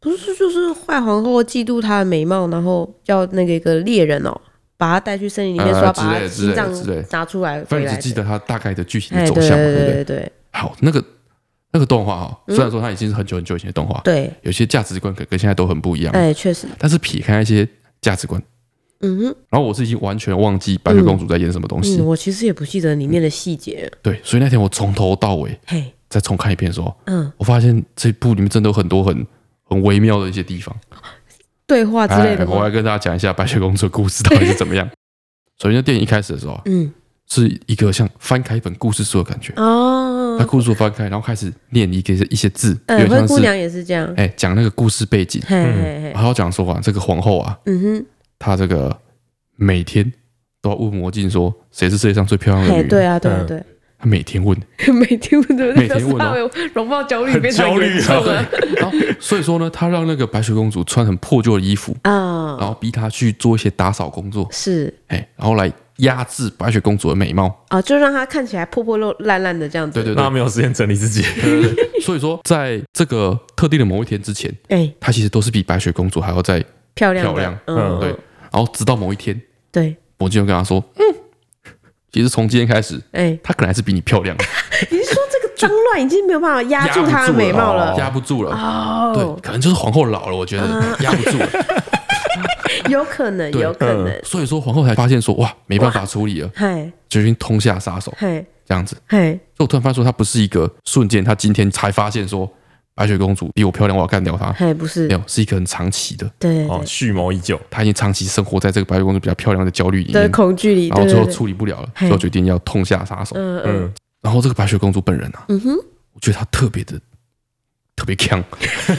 Speaker 1: 不是，就是坏皇后嫉妒她的美貌，然后叫那个一个猎人哦，把她带去森林里面，
Speaker 2: 呃
Speaker 1: 说要
Speaker 2: 之
Speaker 1: 把
Speaker 2: 类
Speaker 1: 她
Speaker 2: 的
Speaker 1: 心脏
Speaker 2: 之类的之类的
Speaker 1: 拿出来回
Speaker 2: 反正你
Speaker 1: 来
Speaker 2: 只记
Speaker 1: 的。
Speaker 2: 得它大概的剧情的
Speaker 1: 哎，
Speaker 2: 走
Speaker 1: 对对
Speaker 2: 向嘛，对不
Speaker 1: 对对
Speaker 2: 对？
Speaker 1: 对
Speaker 2: 好，那个那个动画啊，虽然说它已经是很久很久以前的动画，
Speaker 1: 对，
Speaker 2: 有些价值观可跟现在都很不一样，
Speaker 1: 哎，确实，
Speaker 2: 但是撇开一些价值观，
Speaker 1: 嗯哼，
Speaker 2: 然后我是已经完全忘记白雪公主在演什么东西
Speaker 1: 嗯，，我其实也不记得里面的细节。
Speaker 2: 对，所以那天我从头到尾
Speaker 1: 嘿，
Speaker 2: 再重看一遍的时候，
Speaker 1: 嗯，
Speaker 2: 我发现这部里面真的有很多很很微妙的一些地方。
Speaker 1: 对话啊之类的
Speaker 2: 哎我
Speaker 1: 吗？
Speaker 2: 来跟大家讲一下白雪公主的故事到底是怎么
Speaker 1: [laughs]
Speaker 2: 样。首先，电影一开始的时候啊，
Speaker 1: 嗯，
Speaker 2: 是一个像翻开一本故事书的感觉，
Speaker 1: 哦
Speaker 2: 他，故事书翻开，然后开始念一个一些字，有
Speaker 1: 哎，灰
Speaker 2: 点像
Speaker 1: 姑
Speaker 2: 是嗯
Speaker 1: 娘也是这样。
Speaker 2: 哎讲那个故事背景，
Speaker 1: 嘿嘿嘿，
Speaker 2: 然后讲说啊，这个皇后啊，
Speaker 1: 嗯哼，
Speaker 2: 她这个每天都要问魔镜说谁是世界上最漂亮的
Speaker 1: 嘿，
Speaker 2: 女
Speaker 1: 对
Speaker 2: 人，
Speaker 1: 啊，对啊，
Speaker 3: 嗯
Speaker 1: 对。 [laughs]
Speaker 2: 她每天问，
Speaker 1: 每天问的，
Speaker 2: 每天
Speaker 1: [laughs]
Speaker 2: 问哦
Speaker 1: 稍微容貌焦虑非常
Speaker 3: 焦虑
Speaker 1: 严
Speaker 3: 啊
Speaker 1: 重了
Speaker 2: 然后所以说呢，她让那个白雪公主穿很破旧的衣服， [laughs] 然
Speaker 1: 啊，
Speaker 2: 后逼她去做一些打扫工作，
Speaker 1: 是
Speaker 2: 哎，然后来压制白雪公主的美貌。
Speaker 1: 啊，就让他看起来破破烂烂烂的这样子。
Speaker 2: 对对
Speaker 3: 那
Speaker 2: 对
Speaker 3: 他，没有时间整理自己。
Speaker 1: [laughs]
Speaker 2: 所以说，在这个特定的某一天之前，
Speaker 1: 哎，
Speaker 2: 她其实都是比白雪公主还要再
Speaker 1: 漂亮的，
Speaker 2: 漂亮
Speaker 1: 嗯，
Speaker 2: 对
Speaker 1: 嗯。
Speaker 2: 然后直到某一天，
Speaker 1: 对，
Speaker 2: 魔镜就跟她说：“嗯，其实从今天开始，
Speaker 1: 哎，
Speaker 2: 她可能还是比你
Speaker 1: [laughs]
Speaker 2: 漂亮，
Speaker 1: 你是说这个脏乱已经没有办法压住她的美貌了？
Speaker 2: 压不住了。对，
Speaker 1: 哦，啊
Speaker 2: 可能就是皇后老了，我觉得压不
Speaker 1: [laughs]
Speaker 2: 住了。
Speaker 1: 有可能，
Speaker 2: 对嗯
Speaker 1: 有可能，
Speaker 2: 所以说皇后才发现说：哇，没办法处理了，
Speaker 1: 嘿，
Speaker 2: 决定痛下杀手
Speaker 1: 嘿，
Speaker 2: 这样子。
Speaker 1: 嘿，
Speaker 2: 所以我突然发现说，她不是一个瞬间，她今天才发现说白雪公主比我漂亮，我要干掉她。
Speaker 1: 嘿，不是
Speaker 2: 没，有，是一个很长期的，
Speaker 1: 对对
Speaker 3: 哦，蓄谋已久。
Speaker 2: 她已经长期生活在这个白雪公主比较漂亮的焦虑里
Speaker 1: 对，的
Speaker 2: 面，
Speaker 1: 恐惧里，
Speaker 2: 然后
Speaker 1: 对
Speaker 2: 最后
Speaker 1: 对对
Speaker 2: 处理不了了，
Speaker 1: 嘿
Speaker 2: 最后决定要痛下杀手。
Speaker 1: 嗯嗯
Speaker 3: 嗯，
Speaker 2: 然后这个白雪公主本人啊，
Speaker 1: 嗯哼，
Speaker 2: 我觉得她特别的特别强， [laughs]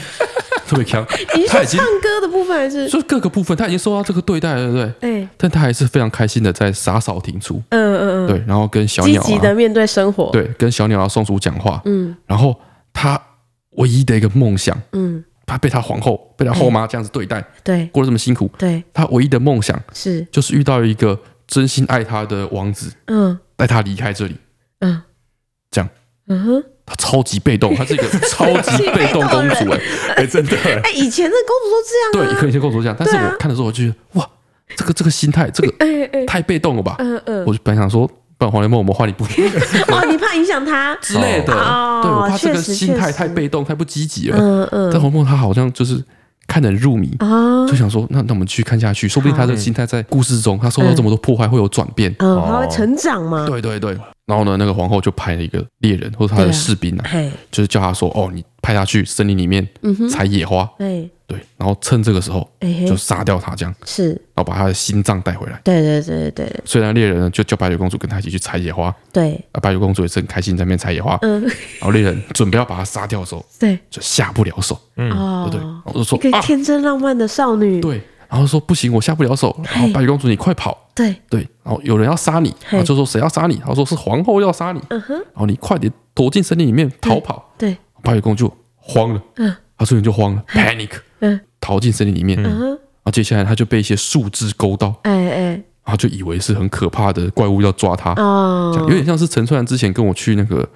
Speaker 2: 特别强。
Speaker 1: 你是
Speaker 2: 她
Speaker 1: 说
Speaker 2: 已经
Speaker 1: 唱歌的部分还是？
Speaker 2: 就各个部分，她已经受到这个对待了，对不对？
Speaker 1: 哎，
Speaker 2: 但她还是非常开心的在打扫庭出，
Speaker 1: 嗯嗯嗯，
Speaker 2: 对，，然后跟小
Speaker 1: 积
Speaker 2: 鸟
Speaker 1: 极
Speaker 2: 啊
Speaker 1: 的，面对生活，，
Speaker 2: 对，跟小鸟啊松鼠讲话。
Speaker 1: 嗯
Speaker 2: 然后她唯一的一个梦想，
Speaker 1: 嗯，
Speaker 2: 她被她皇后、被她后妈这样子对待，
Speaker 1: 对
Speaker 2: 过得这么辛苦，
Speaker 1: 对
Speaker 2: 她唯一的梦想
Speaker 1: 是，
Speaker 2: 就是遇到一个真心爱她的王子，
Speaker 1: 嗯
Speaker 2: 带她离开这里。
Speaker 1: 嗯，
Speaker 2: 这样
Speaker 1: 嗯哼。
Speaker 2: 她超级
Speaker 1: [laughs]
Speaker 2: 被动，她是一个超级被动公主哎、
Speaker 3: 哎，真的，
Speaker 1: 哎，以前的公主都这样
Speaker 2: 对，
Speaker 1: 啊。
Speaker 2: 可以先跟我说这样，但是
Speaker 1: 对啊
Speaker 2: 我看的时候我就觉得哇，这个这个心态，
Speaker 1: [laughs]
Speaker 2: 这个
Speaker 1: 哎哎，
Speaker 2: 太被动了吧？
Speaker 1: 嗯嗯，
Speaker 2: 我就本来想说，不然黄连梦我们换一部
Speaker 1: [laughs] 哦，你怕影响她？
Speaker 2: 之类的，
Speaker 1: 哦
Speaker 2: 对我怕这个
Speaker 1: 确实
Speaker 2: 心态
Speaker 1: 确实
Speaker 2: 太被动，太不积极了。
Speaker 1: 嗯
Speaker 2: 但
Speaker 1: 嗯
Speaker 2: 黄梦她好像就是看得很入迷，
Speaker 1: 啊，
Speaker 2: 就想说，那那我们去看下去，说不定她的心态在故事中，她受到这么多破坏会有转变。
Speaker 1: 嗯，她会成长嘛？
Speaker 2: 哦对对对，然后呢，那个皇后就派了一个猎人或者她
Speaker 1: 对
Speaker 2: 的
Speaker 1: 啊
Speaker 2: 士兵啊，
Speaker 1: 嘿，
Speaker 2: 就是叫他说，哦，你派他去森林里面
Speaker 1: 嗯哼，
Speaker 2: 采野花，
Speaker 1: 哎
Speaker 2: 对，然后趁这个时候
Speaker 1: 哎
Speaker 2: 就
Speaker 1: 嘿，
Speaker 2: 杀掉他，这样，
Speaker 1: 是，
Speaker 2: 然后把他的心脏带回来。
Speaker 1: 对对对对
Speaker 2: 虽然猎人呢就叫白雪公主跟他一起去采野花，
Speaker 1: 对，
Speaker 2: 啊，白雪公主也是很开心在那边采野花，
Speaker 1: 嗯
Speaker 2: 然后猎人准备要把她杀掉的时候，
Speaker 1: 对
Speaker 2: 就下不了手，对
Speaker 1: 哦
Speaker 2: 嗯不对？然后就说
Speaker 1: 一个
Speaker 2: 啊，
Speaker 1: 天真浪漫的少女，
Speaker 2: 对，然后说不行，我下不了手，然后白雪公主你快跑，
Speaker 1: 对，
Speaker 2: 对，然后有人要杀你，
Speaker 1: 嘿
Speaker 2: 然后就说谁要杀你，然后说是皇后要杀你，
Speaker 1: 嗯哼，
Speaker 2: 然后你快点躲进森林里面逃跑，
Speaker 1: 对，
Speaker 2: 白雪公主慌了，
Speaker 1: 嗯，
Speaker 2: 她瞬间就慌了，panic，
Speaker 1: 嗯
Speaker 2: 逃进森林里面，
Speaker 1: 嗯
Speaker 2: 然
Speaker 1: 哼，
Speaker 2: 后接下来她就被一些树枝勾到，
Speaker 1: 哎哎
Speaker 2: 然后就以为是很可怕的怪物要抓她，
Speaker 1: 哦
Speaker 2: 这样，有点像是陈川然之前跟我去那个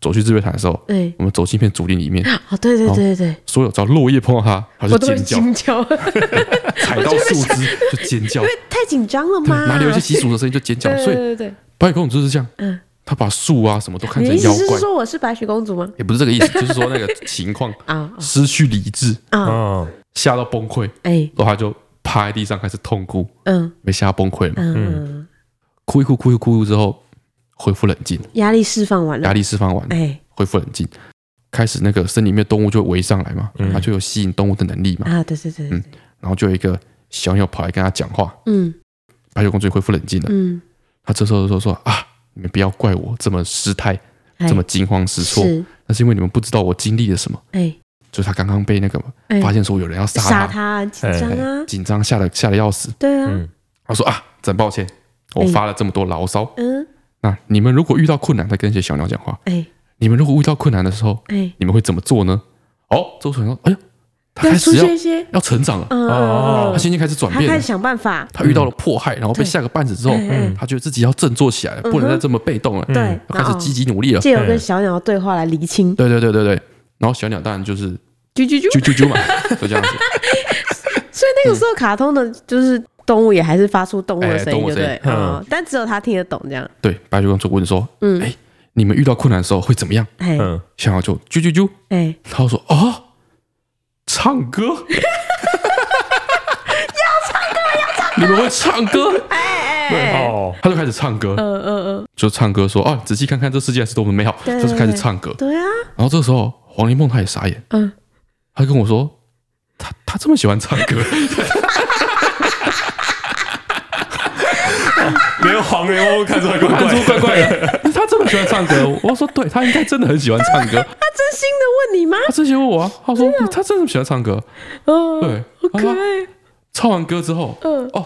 Speaker 2: 走去日月潭的时候，
Speaker 1: 哎，
Speaker 2: 我们走进一片竹林里面，
Speaker 1: 哦，对对对对对，
Speaker 2: 所有只要落叶碰到它，它就
Speaker 1: 我都会惊
Speaker 2: 尖叫，
Speaker 1: 叫， [laughs] 因
Speaker 2: 踩到树枝就尖叫
Speaker 1: 为，太紧张了嘛。
Speaker 2: 哪里有一些习俗的声音就尖叫，
Speaker 1: 对
Speaker 2: 所
Speaker 1: 对
Speaker 2: 以
Speaker 1: 对对
Speaker 2: 白雪公主就是这样，
Speaker 1: 嗯
Speaker 2: 她把树啊什么都看
Speaker 1: 你
Speaker 2: 成
Speaker 1: 的意
Speaker 2: 妖
Speaker 1: 思是
Speaker 2: 怪，
Speaker 1: 说我是白雪公主吗？
Speaker 2: 也不是这个意思，就是说那个情况
Speaker 1: 啊
Speaker 2: 失去理智，
Speaker 1: 啊，
Speaker 3: 嗯，
Speaker 2: 吓到崩溃，
Speaker 1: 哎，
Speaker 2: 然后她就趴在地上开始痛哭，
Speaker 1: 嗯
Speaker 2: 被吓到崩溃了嘛，
Speaker 1: 嗯，
Speaker 2: 哭一哭哭一哭哭一哭之后恢复冷静，
Speaker 1: 压力释放完了
Speaker 2: 压，力释放完，
Speaker 1: 哎
Speaker 2: 恢复冷静，开始那个森林里面动物就围上来嘛，它就有吸引动物的能力嘛，
Speaker 1: 啊，对对对，对对
Speaker 2: 然后就有一个小鸟跑来跟他讲话，
Speaker 1: 嗯
Speaker 2: 白雪公主也恢复冷静了，
Speaker 1: 嗯，
Speaker 2: 她这时候就说说啊，你们不要怪我这么失态，
Speaker 1: 哎
Speaker 2: 这么惊慌失措，
Speaker 1: 是
Speaker 2: 那是因为你们不知道我经历了什么，
Speaker 1: 哎
Speaker 2: 就是她刚刚被那个
Speaker 1: 哎，
Speaker 2: 发现说有人要
Speaker 1: 杀
Speaker 2: 杀哎她，
Speaker 1: 他紧张啊，
Speaker 2: 紧张吓得吓得要死，
Speaker 1: 对啊，
Speaker 3: 嗯
Speaker 2: 她说啊，真抱歉，
Speaker 1: 哎
Speaker 2: 我发了这么多牢骚，
Speaker 1: 嗯，
Speaker 2: 那你们如果遇到困难，再跟一些小鸟讲话，
Speaker 1: 哎
Speaker 2: 你们如果遇到困难的时候，
Speaker 1: 哎，
Speaker 2: 你们会怎么做呢？哦，周楚说，哎呦，她
Speaker 1: 要
Speaker 2: 开
Speaker 1: 出
Speaker 2: 始要
Speaker 1: 现一些，
Speaker 2: 要成长了。
Speaker 1: 嗯
Speaker 3: 哦
Speaker 2: 他，心情开始转
Speaker 1: 他
Speaker 2: 变
Speaker 1: 开
Speaker 2: 了
Speaker 1: 始，想办法，
Speaker 2: 他遇到了迫害，然后
Speaker 1: 对
Speaker 2: 被吓个半死之后
Speaker 1: 嗯嗯，
Speaker 2: 他觉得自己要振作起来了，不能再这么被动了，
Speaker 1: 对，
Speaker 2: 要开
Speaker 1: 然
Speaker 2: 始
Speaker 1: 后
Speaker 2: 积极努力了。
Speaker 1: 借由跟小鸟的对话来厘清，
Speaker 2: 对对对对对，然后小鸟当然就是
Speaker 1: 啾啾啾
Speaker 2: 啾。啾
Speaker 1: [laughs]
Speaker 2: 啾嘛，就这样子，
Speaker 1: 所以那个时候，卡通的就是动物也还是发出动物的声音，
Speaker 2: 哎动物
Speaker 1: 对不
Speaker 2: 声
Speaker 1: 对
Speaker 2: 音？
Speaker 1: 嗯，但只有他听得懂这样。
Speaker 2: 对，白雪公主问说：“
Speaker 1: 嗯
Speaker 2: 哎，你们遇到困难的时候会怎么样
Speaker 1: 哎
Speaker 3: 嗯，？”
Speaker 2: 小鸟就啾啾啾，
Speaker 1: 哎，
Speaker 2: 然后说：“哦，
Speaker 1: [laughs]
Speaker 2: 唱歌，要唱歌，要唱歌，你们会唱
Speaker 1: [laughs]
Speaker 2: 歌。”
Speaker 3: 对哦，
Speaker 2: 他就开始唱歌，
Speaker 1: 嗯嗯嗯，
Speaker 2: 就唱歌说：“啊，仔细看看这世界是多么美好。”
Speaker 1: 对
Speaker 2: 就是开始唱歌，
Speaker 1: 对啊，
Speaker 2: 然后这时候黄连梦他也傻眼，
Speaker 1: 嗯，
Speaker 2: 他跟我说，他他这么喜欢唱歌，
Speaker 3: 没有黄连我看出来 [laughs] 怪
Speaker 2: 看
Speaker 3: 怪
Speaker 2: 出怪怪的，他这么喜欢唱歌，我说对，他应该真的很喜欢唱
Speaker 1: [laughs]
Speaker 2: 歌，
Speaker 1: 他真心的问你吗？
Speaker 2: 他之前问我啊，他说他真的喜欢唱歌，
Speaker 1: 哦，
Speaker 2: 对，
Speaker 1: 好
Speaker 2: 他
Speaker 1: 可
Speaker 2: 说
Speaker 1: 爱。
Speaker 2: 唱完歌之后，
Speaker 1: 嗯，
Speaker 2: 哦，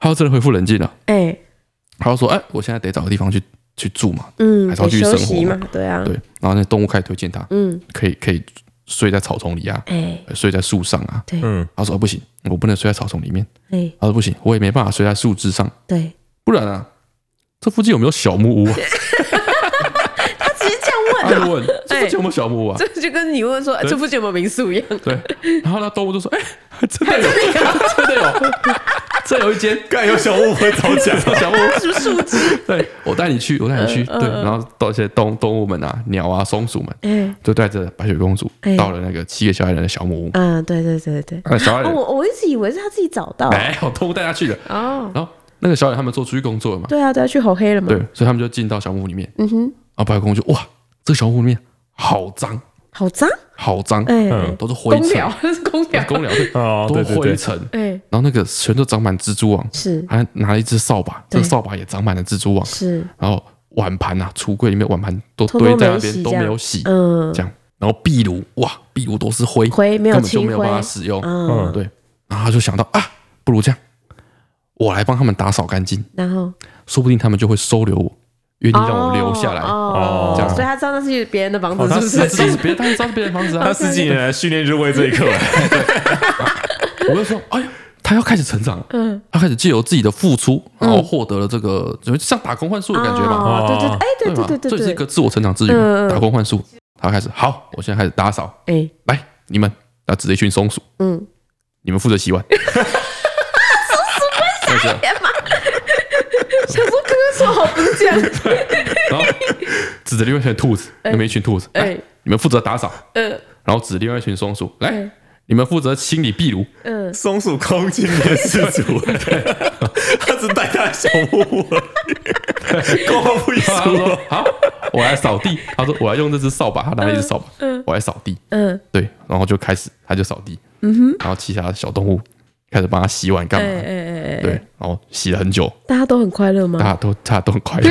Speaker 2: 他就真的恢复冷静了，
Speaker 1: 哎，
Speaker 2: 他就说，哎，我现在得找个地方去去住嘛，
Speaker 1: 嗯，
Speaker 2: 还是要
Speaker 1: 得
Speaker 2: 继续
Speaker 1: 休
Speaker 2: 生活
Speaker 1: 息嘛
Speaker 2: 嘛，
Speaker 1: 对啊，
Speaker 2: 对，然后那动物开始推荐他，
Speaker 1: 嗯，
Speaker 2: 可以可以睡在草丛里啊，
Speaker 1: 哎
Speaker 2: 睡在树上啊，
Speaker 1: 对
Speaker 3: 嗯
Speaker 2: 他说、哦不行，我不能睡在草丛里面，
Speaker 1: 哎
Speaker 2: 他说不行，我也没办法睡在树枝上，
Speaker 1: 对，
Speaker 2: 不然啊，这附近有没有小木
Speaker 1: [laughs]
Speaker 2: 屋啊？
Speaker 1: 他直接这
Speaker 2: 他
Speaker 1: 样问啊，
Speaker 2: 就问这附近有没有小木屋
Speaker 1: [laughs]
Speaker 2: 啊？
Speaker 1: 这就跟你问说哎
Speaker 2: 对
Speaker 1: 这附近有没有民宿一样。
Speaker 2: 对，然后那动物就说：“哎、还真的
Speaker 1: [laughs]
Speaker 2: 有，真的有，这有一间
Speaker 3: 干有哎小误会早讲，
Speaker 2: 小木
Speaker 1: 他
Speaker 2: 屋。
Speaker 1: 是不是 [laughs] 树枝？
Speaker 2: 对，我带你去，我带你
Speaker 1: 嗯
Speaker 2: 去。对，然后到一些动动物们啊，鸟啊，松鼠们，
Speaker 1: 哎，
Speaker 2: 就带着白雪公主
Speaker 1: 哎
Speaker 2: 到了那个七个小矮人的小木屋。
Speaker 1: 嗯，对对对对对。哎
Speaker 2: 那小矮
Speaker 1: 哦，
Speaker 2: 人
Speaker 1: 我我一直以为是他自己找到。
Speaker 2: 没有动物带他去的。
Speaker 1: 哦，
Speaker 2: 然后那个小矮人他们做出去工作了嘛，
Speaker 1: 对啊，对啊，去吼黑了嘛。
Speaker 2: 对，所以他们就进到小木屋里面。
Speaker 1: 嗯哼，
Speaker 2: 然后白雪公主就哇，这小木屋里面好脏，
Speaker 1: 好脏，
Speaker 2: 好脏，
Speaker 1: 哎，
Speaker 3: 嗯
Speaker 2: 都是灰
Speaker 1: 公
Speaker 2: 尘
Speaker 1: 聊，， [laughs] 是公聊，
Speaker 2: 公鸟对，
Speaker 3: [laughs] 哦，
Speaker 2: 都
Speaker 3: 对
Speaker 2: 是
Speaker 3: 对对
Speaker 2: 灰，尘。
Speaker 1: 哎，
Speaker 2: 然后那个全都长满蜘蛛网，
Speaker 1: 是
Speaker 2: 还拿了一只扫把，这
Speaker 1: 对
Speaker 2: 个扫把也长满了蜘蛛网，
Speaker 1: 是，
Speaker 2: 然后碗盘啊，橱柜里面碗盘都
Speaker 1: 通通
Speaker 2: 堆在那
Speaker 1: 没洗
Speaker 2: 边
Speaker 1: 这
Speaker 2: 都
Speaker 1: 样
Speaker 2: 没有洗，
Speaker 1: 嗯，
Speaker 2: 这样，然后壁炉哇，壁炉都是灰，
Speaker 1: 灰没有
Speaker 2: 根本就
Speaker 1: 清
Speaker 2: 没有办法
Speaker 1: 灰
Speaker 2: 使用，
Speaker 1: 嗯，
Speaker 3: 嗯
Speaker 2: 对，然后他就想到啊，不如这样，我来帮他们打扫干净，
Speaker 1: 然后
Speaker 2: 说不定他们就会收留我，愿意让我留下来。
Speaker 1: 哦，哦
Speaker 3: 这样
Speaker 1: 所以他知道那是别人的房
Speaker 3: 哦
Speaker 1: 子，
Speaker 3: 他
Speaker 1: 是
Speaker 2: 他
Speaker 1: 不是？
Speaker 2: 知道是别人，他知道是别人房子啊
Speaker 3: 他！十几年来训练就是为这一刻，
Speaker 2: 我就说，哎呦，他要开始成长了，
Speaker 1: 嗯，
Speaker 2: 他开始借由自己的付出，然后获得了这个，就像打工换宿的感觉嘛。
Speaker 1: 哦对对，
Speaker 3: 哦
Speaker 1: 哎，对
Speaker 2: 吧
Speaker 1: 对对
Speaker 2: 这也是
Speaker 1: 对对，
Speaker 2: 一个自我成长之旅
Speaker 1: 嗯嗯
Speaker 2: 嘛，
Speaker 1: 嗯
Speaker 2: 打工换宿。他开始，好，我现在开始打扫，
Speaker 1: 哎，
Speaker 2: 来，你们，那指着一群松鼠，
Speaker 1: 嗯，
Speaker 2: 你们负责洗碗。松鼠不
Speaker 1: 想说哥哥说好不是这样，
Speaker 2: 然后指着另外一群兔子，那边一群兔子，来
Speaker 1: 哎，
Speaker 2: 你们负责打扫，
Speaker 1: [laughs] 嗯
Speaker 2: 然后指另外一群松鼠，
Speaker 1: 嗯
Speaker 2: 来，你们负责清理壁炉。
Speaker 1: 嗯，
Speaker 3: 松鼠空军的事主，他只带他的小木屋而已，跟我不一
Speaker 2: 然后他
Speaker 3: 样
Speaker 2: 说，好，我来扫地。他说，我来用这只扫把，他拿了一只扫把，我来扫地。
Speaker 1: 嗯，
Speaker 2: 对，然后就开始，他就扫地，嗯哼，然后其他的小动物 [laughs] 开始帮他洗碗干
Speaker 1: 哎
Speaker 2: 嘛？
Speaker 1: 哎哎哎，
Speaker 2: 对，然后洗了很久，
Speaker 1: 大家都很快乐
Speaker 2: 大
Speaker 1: 吗？
Speaker 2: 家都大家都很快
Speaker 1: [laughs]
Speaker 2: 乐，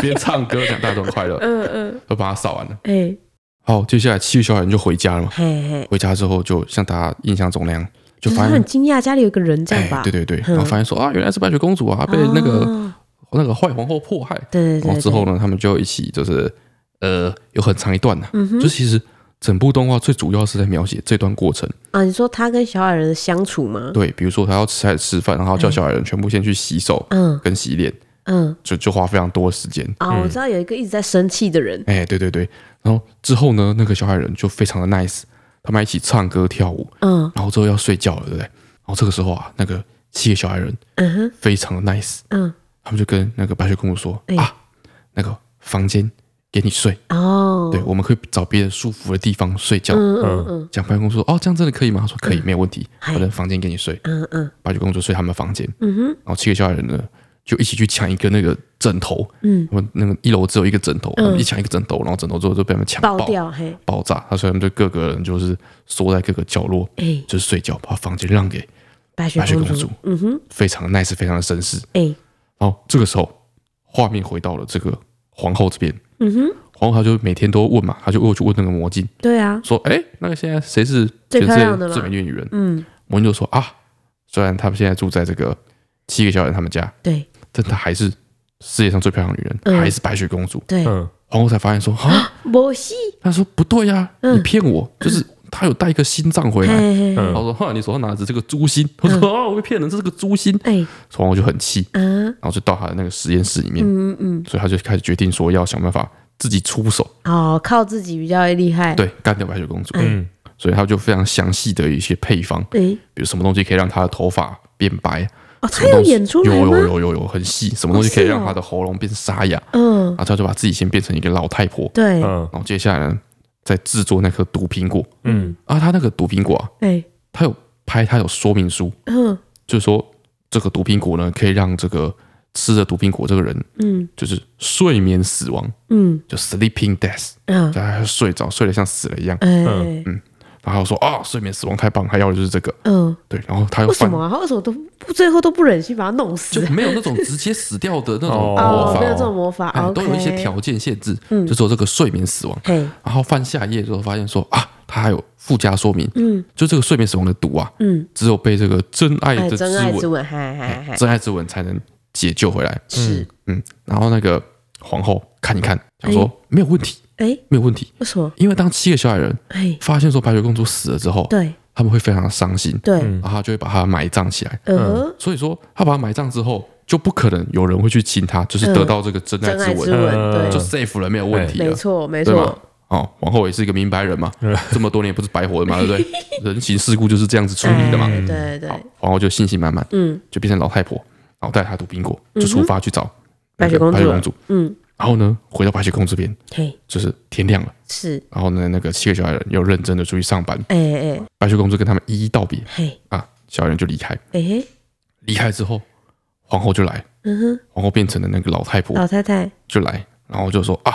Speaker 2: 边唱歌讲大家都很快乐，
Speaker 1: 嗯嗯，
Speaker 2: 都把它扫完了。
Speaker 1: 哎，
Speaker 2: 好，接下来七个小矮人就回家了嘛。
Speaker 1: 嘿嘿，
Speaker 2: 回家之后就像大家印象中那样，
Speaker 1: 就
Speaker 2: 就
Speaker 1: 是
Speaker 2: 发
Speaker 1: 他
Speaker 2: 现哎
Speaker 1: 很，惊讶家里有个人这样吧？嗯
Speaker 2: 对对对，然后发现说啊，原来是白雪公主啊，她被那个、
Speaker 1: 哦
Speaker 2: 那个坏皇后迫害。
Speaker 1: 对对对
Speaker 2: 然后
Speaker 1: 对，
Speaker 2: 之后呢，他们就一起就是呃，有很长一段呢、
Speaker 1: 嗯
Speaker 2: 就其实整部动画最主要是在描写这段过程。
Speaker 1: 啊，你说他跟小矮人的相处吗？
Speaker 2: 对，比如说他要吃开始吃饭，然后叫小矮人全部先去洗手
Speaker 1: 嗯
Speaker 2: 跟洗脸，
Speaker 1: 嗯，
Speaker 2: 就就花非常多的时间。
Speaker 1: 啊，我知道有一个一直在生气的人，
Speaker 2: 哎，对对对，然后之后呢，那个小矮人就非常的 nice，他们还一起唱歌跳舞，
Speaker 1: 嗯
Speaker 2: 然后之后要睡觉了，对不对？然后这个时候啊，那个七个小矮人
Speaker 1: 嗯哼，
Speaker 2: 非常的 nice，
Speaker 1: 嗯，
Speaker 2: 他们就跟那个白雪公主说、
Speaker 1: 哎
Speaker 2: 啊，那个房间给你睡，
Speaker 1: 哦，
Speaker 2: 对，我们可以找别人舒服的地方睡觉。
Speaker 1: 嗯嗯嗯
Speaker 2: 讲白雪公主说哦，这样真的可以吗？他说可以，没有问题，
Speaker 1: 嗨
Speaker 2: 我的房间给你睡。
Speaker 1: 嗯嗯
Speaker 2: 白雪公主睡他们的房间，
Speaker 1: 嗯哼，
Speaker 2: 然后七个小矮人呢就一起去抢一个那个枕头，
Speaker 1: 嗯，
Speaker 2: 他们那个一楼只有一个枕头，
Speaker 1: 嗯
Speaker 2: 他们一抢一个枕头，然后枕头之后就被他们抢
Speaker 1: 爆
Speaker 2: 爆
Speaker 1: 掉嘿，
Speaker 2: 爆炸。他所以他们就各个人就是缩在各个角落，
Speaker 1: 哎，
Speaker 2: 就是睡觉，把房间让给
Speaker 1: 白雪
Speaker 2: 白雪公
Speaker 1: 公
Speaker 2: 主，
Speaker 1: 嗯哼，
Speaker 2: 非常 nice，非常的绅士。
Speaker 1: 哎，
Speaker 2: 然后这个时候，画面回到了这个皇后这边，
Speaker 1: 嗯哼，
Speaker 2: 皇后她就每天都问嘛，她就会去问那个魔镜
Speaker 1: 对啊，
Speaker 2: 说：“哎，那个现在谁是
Speaker 1: 最漂亮的嘛
Speaker 2: 全世界最美女人
Speaker 1: 嗯，？”
Speaker 2: 魔镜就说：“啊，虽然他们现在住在这个七个小人他们家，
Speaker 1: 对
Speaker 2: 但她还是世界上最漂亮的女人，
Speaker 1: 嗯
Speaker 2: 还是白雪公主。
Speaker 1: 对，
Speaker 3: 嗯，”
Speaker 2: 皇后才发现说：“啊，
Speaker 1: 摩西，
Speaker 2: 她说不对呀、
Speaker 1: 嗯
Speaker 2: 你骗我，就是她有带一个心脏回
Speaker 1: 嘿嗯
Speaker 2: 来。”
Speaker 1: 嘿，嘿
Speaker 3: 嗯
Speaker 2: 他说：“哈，你手上拿的是这个猪心。”他说：“啊，我被骗了，这是个猪心。
Speaker 1: 哎”
Speaker 2: 皇后就很气，
Speaker 1: 啊，嗯
Speaker 2: 然后就到他的那个实验室里面，
Speaker 1: 嗯嗯，
Speaker 2: 所以他就开始决定说要想办法自己出手，
Speaker 1: 哦，靠自己比较厉害，，
Speaker 2: 对，干掉白雪公主。
Speaker 3: 嗯，
Speaker 2: 所以他就非常详细的一些配方，
Speaker 1: 哎，
Speaker 2: 比如什么东西可以让她的头发变白，
Speaker 1: 哦，他
Speaker 2: 什么
Speaker 1: 有
Speaker 2: 东西
Speaker 1: 演出
Speaker 2: 有
Speaker 1: 来
Speaker 2: 有
Speaker 1: 吗？
Speaker 2: 有有有很细，什么东西可以让她的喉咙变沙哑，
Speaker 1: 嗯
Speaker 2: 然，后他就把自己先变成一个老太婆，
Speaker 1: 对，
Speaker 3: 嗯，
Speaker 2: 然后接下来呢，再制作那颗毒苹果
Speaker 3: 嗯，
Speaker 2: 啊，他那个毒苹果啊，
Speaker 1: 哎，
Speaker 2: 他有拍，他有说明书，
Speaker 1: 嗯
Speaker 2: 就是说这个毒苹果呢，可以让这个吃了毒苹果这个人
Speaker 1: 嗯
Speaker 2: 就是睡眠死亡，
Speaker 1: 嗯
Speaker 2: 就 sleeping death，
Speaker 1: 啊，
Speaker 2: 大家睡着睡得像死了一样。
Speaker 1: 哎，
Speaker 2: 然后说啊，睡眠死亡太棒，他要的就是这个，
Speaker 1: 嗯，
Speaker 2: 对，然后他又
Speaker 1: 为什
Speaker 2: 翻
Speaker 1: 么啊？他为什么都不最后都不忍心把他弄死
Speaker 2: 就？没有那种直接死掉的那种
Speaker 3: 哦
Speaker 2: 魔
Speaker 1: 哦，
Speaker 2: 法
Speaker 1: 没有这种魔法
Speaker 2: 哎，都有一些
Speaker 1: OK 嗯
Speaker 2: 条件限制，就只有这个睡眠死亡。
Speaker 1: 嘿，
Speaker 2: 然后翻下一页之后发现说啊，它还有附加说明，
Speaker 1: 嗯
Speaker 2: 就这个睡眠死亡的毒啊，
Speaker 1: 嗯，
Speaker 2: 只有被这个真爱
Speaker 1: 哎，
Speaker 2: 的
Speaker 1: 真爱之
Speaker 2: 吻，
Speaker 1: 吻，嗨嗨
Speaker 2: 哎
Speaker 1: 嗨，
Speaker 2: 真爱之吻才能解救回来。
Speaker 1: 是，
Speaker 2: 嗯，然后那个皇后看一看，想说
Speaker 1: 哎
Speaker 2: 没有问题，
Speaker 1: 哎，
Speaker 2: 没有问题，
Speaker 1: 为什么？
Speaker 2: 因为当七个小矮人
Speaker 1: 哎，
Speaker 2: 发现说白雪公主死了之后，
Speaker 1: 对嗯
Speaker 2: 他们会非常的伤心，
Speaker 1: 对，
Speaker 2: 然后他就会把她埋葬起来。
Speaker 1: 呃，
Speaker 2: 所以说，他把她埋葬之后，就不可能有人会去亲她，就是得到这个真爱
Speaker 1: 嗯真爱
Speaker 2: 之
Speaker 1: 之
Speaker 2: 吻，
Speaker 1: 吻，哎
Speaker 3: 嗯
Speaker 2: 就
Speaker 1: 对，
Speaker 2: safe 了，没有问题
Speaker 1: 没
Speaker 2: 了，
Speaker 1: 错哎没
Speaker 2: 对吗
Speaker 1: 错，？
Speaker 2: 哦，皇后也是一个明白
Speaker 1: [laughs]
Speaker 2: 人嘛，这么多年也不是白活的嘛，对不对？人情世故就是这样子处理的嘛。嗯
Speaker 1: 哎对对，
Speaker 2: 皇后就信心满满，
Speaker 1: 嗯，
Speaker 2: 就变成老太婆，然后带她毒苹果，就出发去找那个嗯
Speaker 1: 白
Speaker 2: 白雪
Speaker 1: 雪
Speaker 2: 公
Speaker 1: 公
Speaker 2: 主。
Speaker 1: 嗯，
Speaker 2: 然后呢，回到白雪公主这边，
Speaker 1: 嘿，
Speaker 2: 就是天亮了。
Speaker 1: 是，
Speaker 2: 然后呢，那个七个小矮人又认真的出去上班。
Speaker 1: 哎哎
Speaker 2: 白雪公主跟他们一一道别
Speaker 1: 嘿，
Speaker 2: 啊，小矮人就离开。
Speaker 1: 哎嘿，
Speaker 2: 离开之后，皇后就来，
Speaker 1: 嗯哼，
Speaker 2: 皇后变成了那个老太婆
Speaker 1: 老太太，
Speaker 2: 就来，然后就说啊，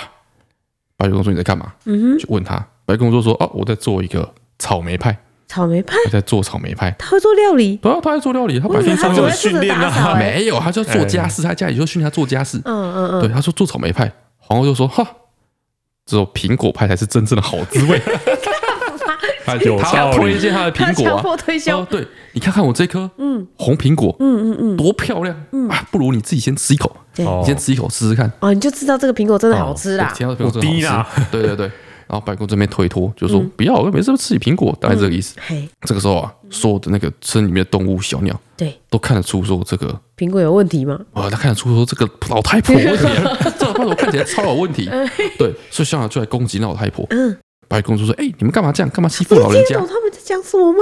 Speaker 2: 白雪公主你在干嘛？
Speaker 1: 嗯哼，
Speaker 2: 就问她，白雪公主说哦、我在做一个草莓派，
Speaker 1: 草莓派，
Speaker 2: 她在做草莓派。
Speaker 1: 她会做料理，
Speaker 2: 对啊，她在做料理，她
Speaker 1: 我
Speaker 2: 白
Speaker 1: 以为
Speaker 2: 天
Speaker 1: 她
Speaker 2: 上
Speaker 1: 只
Speaker 3: 有
Speaker 1: 会负
Speaker 3: 训
Speaker 1: 责
Speaker 3: 练
Speaker 1: 打
Speaker 3: 啊
Speaker 1: 扫，哎，
Speaker 2: 没有，她就做家事，她家里就训练她做家事。
Speaker 1: 嗯嗯嗯，
Speaker 2: 对，她说做草莓派，皇后就说哈，只有苹果派才是真正的好滋味。
Speaker 3: [laughs]
Speaker 2: 她
Speaker 3: 有
Speaker 2: 她要
Speaker 3: 道理
Speaker 2: 推荐她的苹果
Speaker 1: 强
Speaker 2: 啊。
Speaker 1: 迫推销
Speaker 2: 哦，，对，你看看我这颗
Speaker 1: 嗯
Speaker 2: 红苹果
Speaker 1: 嗯嗯嗯，
Speaker 2: 多漂亮啊！不如你自己先吃一口，
Speaker 1: 对，
Speaker 3: 哦
Speaker 2: 你先吃一口试试看。
Speaker 1: 哦，你就知道这个苹果真的好吃啦，
Speaker 2: 听到苹果真
Speaker 3: 我低
Speaker 2: 的好
Speaker 3: 啦
Speaker 2: 吃，对对对。然后白宫这边推脱，就说
Speaker 1: 嗯
Speaker 2: 不要，我没事吃你苹果，大概这个意思。
Speaker 1: 嘿，
Speaker 2: 这个时候啊，所有的那个村里面的动物小鸟
Speaker 1: 对，
Speaker 2: 都看得出说这个，
Speaker 1: 苹果有问题吗？
Speaker 2: 哇，他看得出说这个老太婆有问题啊，这老太婆看起来超有问题。对，所以小鸟就来攻击那老太婆。
Speaker 1: 嗯，
Speaker 2: 白宫就说：“哎，你们干嘛这样？干嘛欺负
Speaker 1: 你
Speaker 2: 老人
Speaker 1: 听得
Speaker 2: 家
Speaker 1: 懂？”他们在讲什么吗？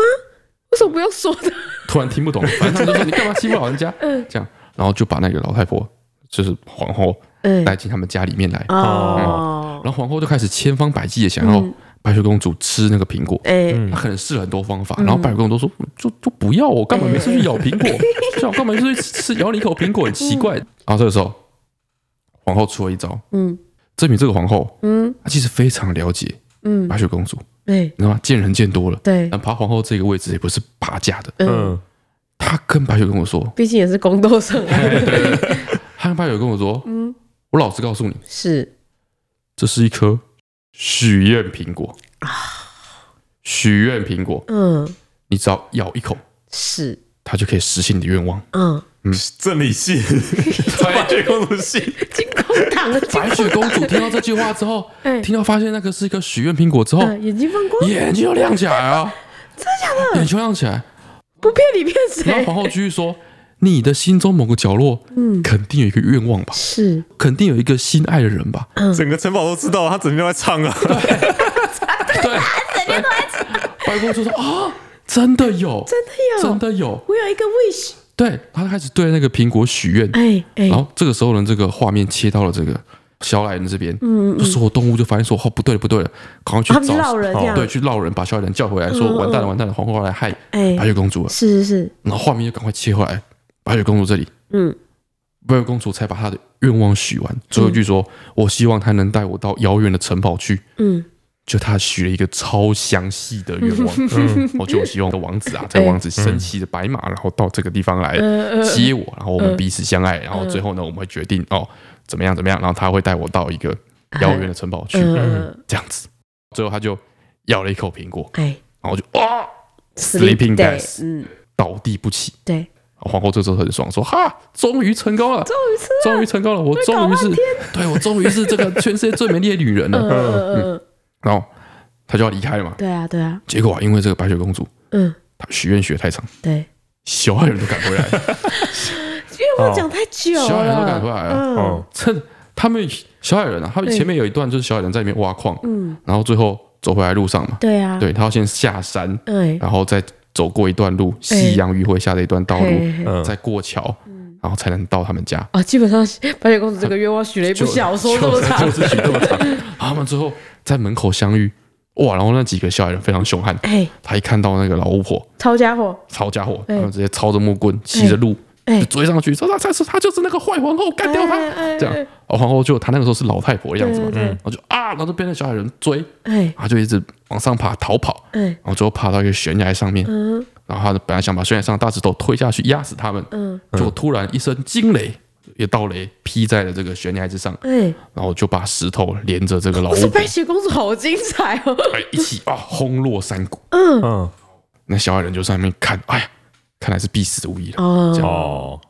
Speaker 1: 为什么不用说 [laughs] 的？
Speaker 2: 突然听不懂，反正他们就说：“你干嘛欺负老人家？”这样，然后就把那个老太婆，就是皇后，
Speaker 1: 嗯
Speaker 2: 带进他们家里面来。
Speaker 1: 哦，
Speaker 2: 然后皇后就开始千方百计的想要白雪公主吃那个苹果，
Speaker 1: 哎，
Speaker 2: 她可能试了很多方法，然后白雪公主都说嗯就就不要我，干嘛没事去咬苹果？就想干嘛就是吃咬你一口苹果，很奇怪。然后这个时候，皇后出了一招，
Speaker 1: 嗯
Speaker 2: 证明这个皇后
Speaker 1: 嗯
Speaker 2: 她其实非常了解
Speaker 1: 嗯，
Speaker 2: 白雪公主，
Speaker 1: 哎，
Speaker 2: 你知道吗？见人见多了，
Speaker 1: 对，
Speaker 2: 但爬皇后这个位置也不是爬假的，
Speaker 1: 嗯，
Speaker 3: 嗯，
Speaker 2: 她跟白雪公主说，
Speaker 1: 毕竟也是宫斗上来，
Speaker 2: 她跟白雪公主说，
Speaker 1: 嗯，
Speaker 2: 我老实告诉你，
Speaker 1: 是
Speaker 2: 这是一颗许愿苹果
Speaker 1: 啊
Speaker 2: 许愿苹果，
Speaker 1: 嗯
Speaker 2: 你只要咬一口。
Speaker 1: 是
Speaker 2: 他就可以实现你的
Speaker 1: [laughs]
Speaker 2: 愿望。
Speaker 1: 嗯，
Speaker 3: 这里信，白雪公主信，
Speaker 1: 金光党的金
Speaker 2: 白雪公主听到这句话之后，
Speaker 1: 哎
Speaker 2: 听到发现那个是一个许愿苹果之后，
Speaker 1: 嗯，眼睛放光，
Speaker 2: 眼睛就亮起来啊！真的假的？眼睛就亮起来。
Speaker 1: 不骗你骗
Speaker 2: 然后
Speaker 1: 谁？
Speaker 2: 皇后继续说：“你的心中某个角落，嗯，肯定有一个愿望吧，
Speaker 1: 是
Speaker 2: 肯定有一个心爱的
Speaker 1: [laughs]
Speaker 2: 人吧，
Speaker 3: 整个城堡都知道，他整天都在唱啊，
Speaker 2: 对，白波就说啊，真的有，
Speaker 1: 真的有，
Speaker 2: 真的有，
Speaker 1: 我有一个 wish，
Speaker 2: 对，他开始对那个苹果许愿，
Speaker 1: 哎哎
Speaker 2: 然，后这个时候呢，这个画面切到了这个小矮人这边，嗯，就所有动物就发现说，哦，不对了，不对了，赶快去
Speaker 1: 他们
Speaker 2: 找
Speaker 1: 啊
Speaker 2: 哦
Speaker 1: 去绕人这样嗯
Speaker 2: 对，去闹人，把小矮人叫回来，说完蛋了，完蛋了，黄花来害
Speaker 1: 哎
Speaker 2: 白雪公主了，
Speaker 1: 是是是，
Speaker 2: 然后画面就赶快切回来，白雪公主这里，
Speaker 1: 嗯，
Speaker 2: 白雪公主才把她的愿望许完，最后一句说，我希望她能带我到遥远的城堡去，
Speaker 1: 嗯，
Speaker 2: 就他许了一个超详细的愿望，
Speaker 3: 嗯
Speaker 2: 我就希望王子啊，在王子神骑着白马，然后到这个地方
Speaker 1: 哎
Speaker 2: 来
Speaker 1: 嗯呃
Speaker 2: 接我，然后我们彼此相爱，然后最后呢，我们会决定哦怎么样怎么样，然后他会带我到一个遥远的城堡去，
Speaker 1: 哎呃，
Speaker 2: 这样子。最后他就咬了一口苹果，
Speaker 1: 哎
Speaker 2: 然后就啊
Speaker 1: Sleep
Speaker 2: Sleeping
Speaker 1: Day，
Speaker 2: Death
Speaker 1: 嗯，
Speaker 2: 倒地不起。
Speaker 1: 对，
Speaker 2: 皇后这时候很爽，说哈，终于成功了，终于终于成功了，我终于是， [laughs] 对我终于是这个全世界最美丽的女人了。
Speaker 1: 嗯嗯，
Speaker 2: 然后他就要离开了嘛，
Speaker 1: 对啊对啊，
Speaker 2: 结果啊因为这个白雪公主。
Speaker 1: 嗯
Speaker 2: 他许愿许得太长，
Speaker 1: 对，
Speaker 2: 小矮人都赶回
Speaker 1: [laughs]
Speaker 2: 来，
Speaker 1: 因为我讲太久
Speaker 2: 小矮人都赶回
Speaker 1: 了，
Speaker 2: 来啊了。
Speaker 1: 嗯
Speaker 3: 哦，
Speaker 2: 趁他们小矮人啊，他们
Speaker 1: 对
Speaker 2: 前面有一段就是小矮人在里面挖矿，
Speaker 1: 嗯，
Speaker 2: 然后最后走回来路上嘛，
Speaker 1: 对啊，
Speaker 2: 对他要先下山，
Speaker 1: 哎，
Speaker 2: 然后再走过一段路，
Speaker 1: 哎
Speaker 2: 夕阳余晖下的一段道路，
Speaker 1: 哎。
Speaker 3: 嗯，
Speaker 2: 再过桥，
Speaker 1: 嗯
Speaker 2: 然后才能到他们家。
Speaker 1: 啊，基本上白雪公主这个愿望许了一
Speaker 2: [laughs]
Speaker 1: 部小说这么长
Speaker 2: 就，是许这么长。然后他们最后在门口相遇，哇！然后那几个小矮人非常凶悍，
Speaker 1: 哎，
Speaker 2: 他一看到那个老巫婆，
Speaker 1: 抄家伙，
Speaker 2: 抄家伙，他
Speaker 1: 哎
Speaker 2: 们直接抄着木棍，骑着鹿
Speaker 1: 哎
Speaker 2: 就追上去，说他他是他就是那个坏皇后，干掉他
Speaker 1: 哎哎。
Speaker 2: 这样，哦皇后就她那个时候是老太婆的样子嘛，
Speaker 1: 对对对
Speaker 2: 然后就啊，然后就被那小矮人追，
Speaker 1: 哎
Speaker 2: 然后就一直往上爬逃跑，
Speaker 1: 哎，
Speaker 2: 然后最后爬到一个悬崖上面，
Speaker 1: 嗯
Speaker 2: 然后他本来想把悬崖上的大石头推下去压死他们，
Speaker 1: 嗯，
Speaker 2: 结果突然一声惊雷。一道雷劈在了这个悬崖之上，
Speaker 1: 哎，
Speaker 2: 然后就把石头连着这个老
Speaker 1: 我说
Speaker 2: 巫婆
Speaker 1: 白雪公主好精彩
Speaker 2: [laughs]
Speaker 1: 哦，
Speaker 2: 哎一起啊轰落山谷。
Speaker 3: 嗯，
Speaker 2: 那小矮人就在那边看，哎呀，看来是必死无疑了。
Speaker 1: 哦，
Speaker 3: 哦，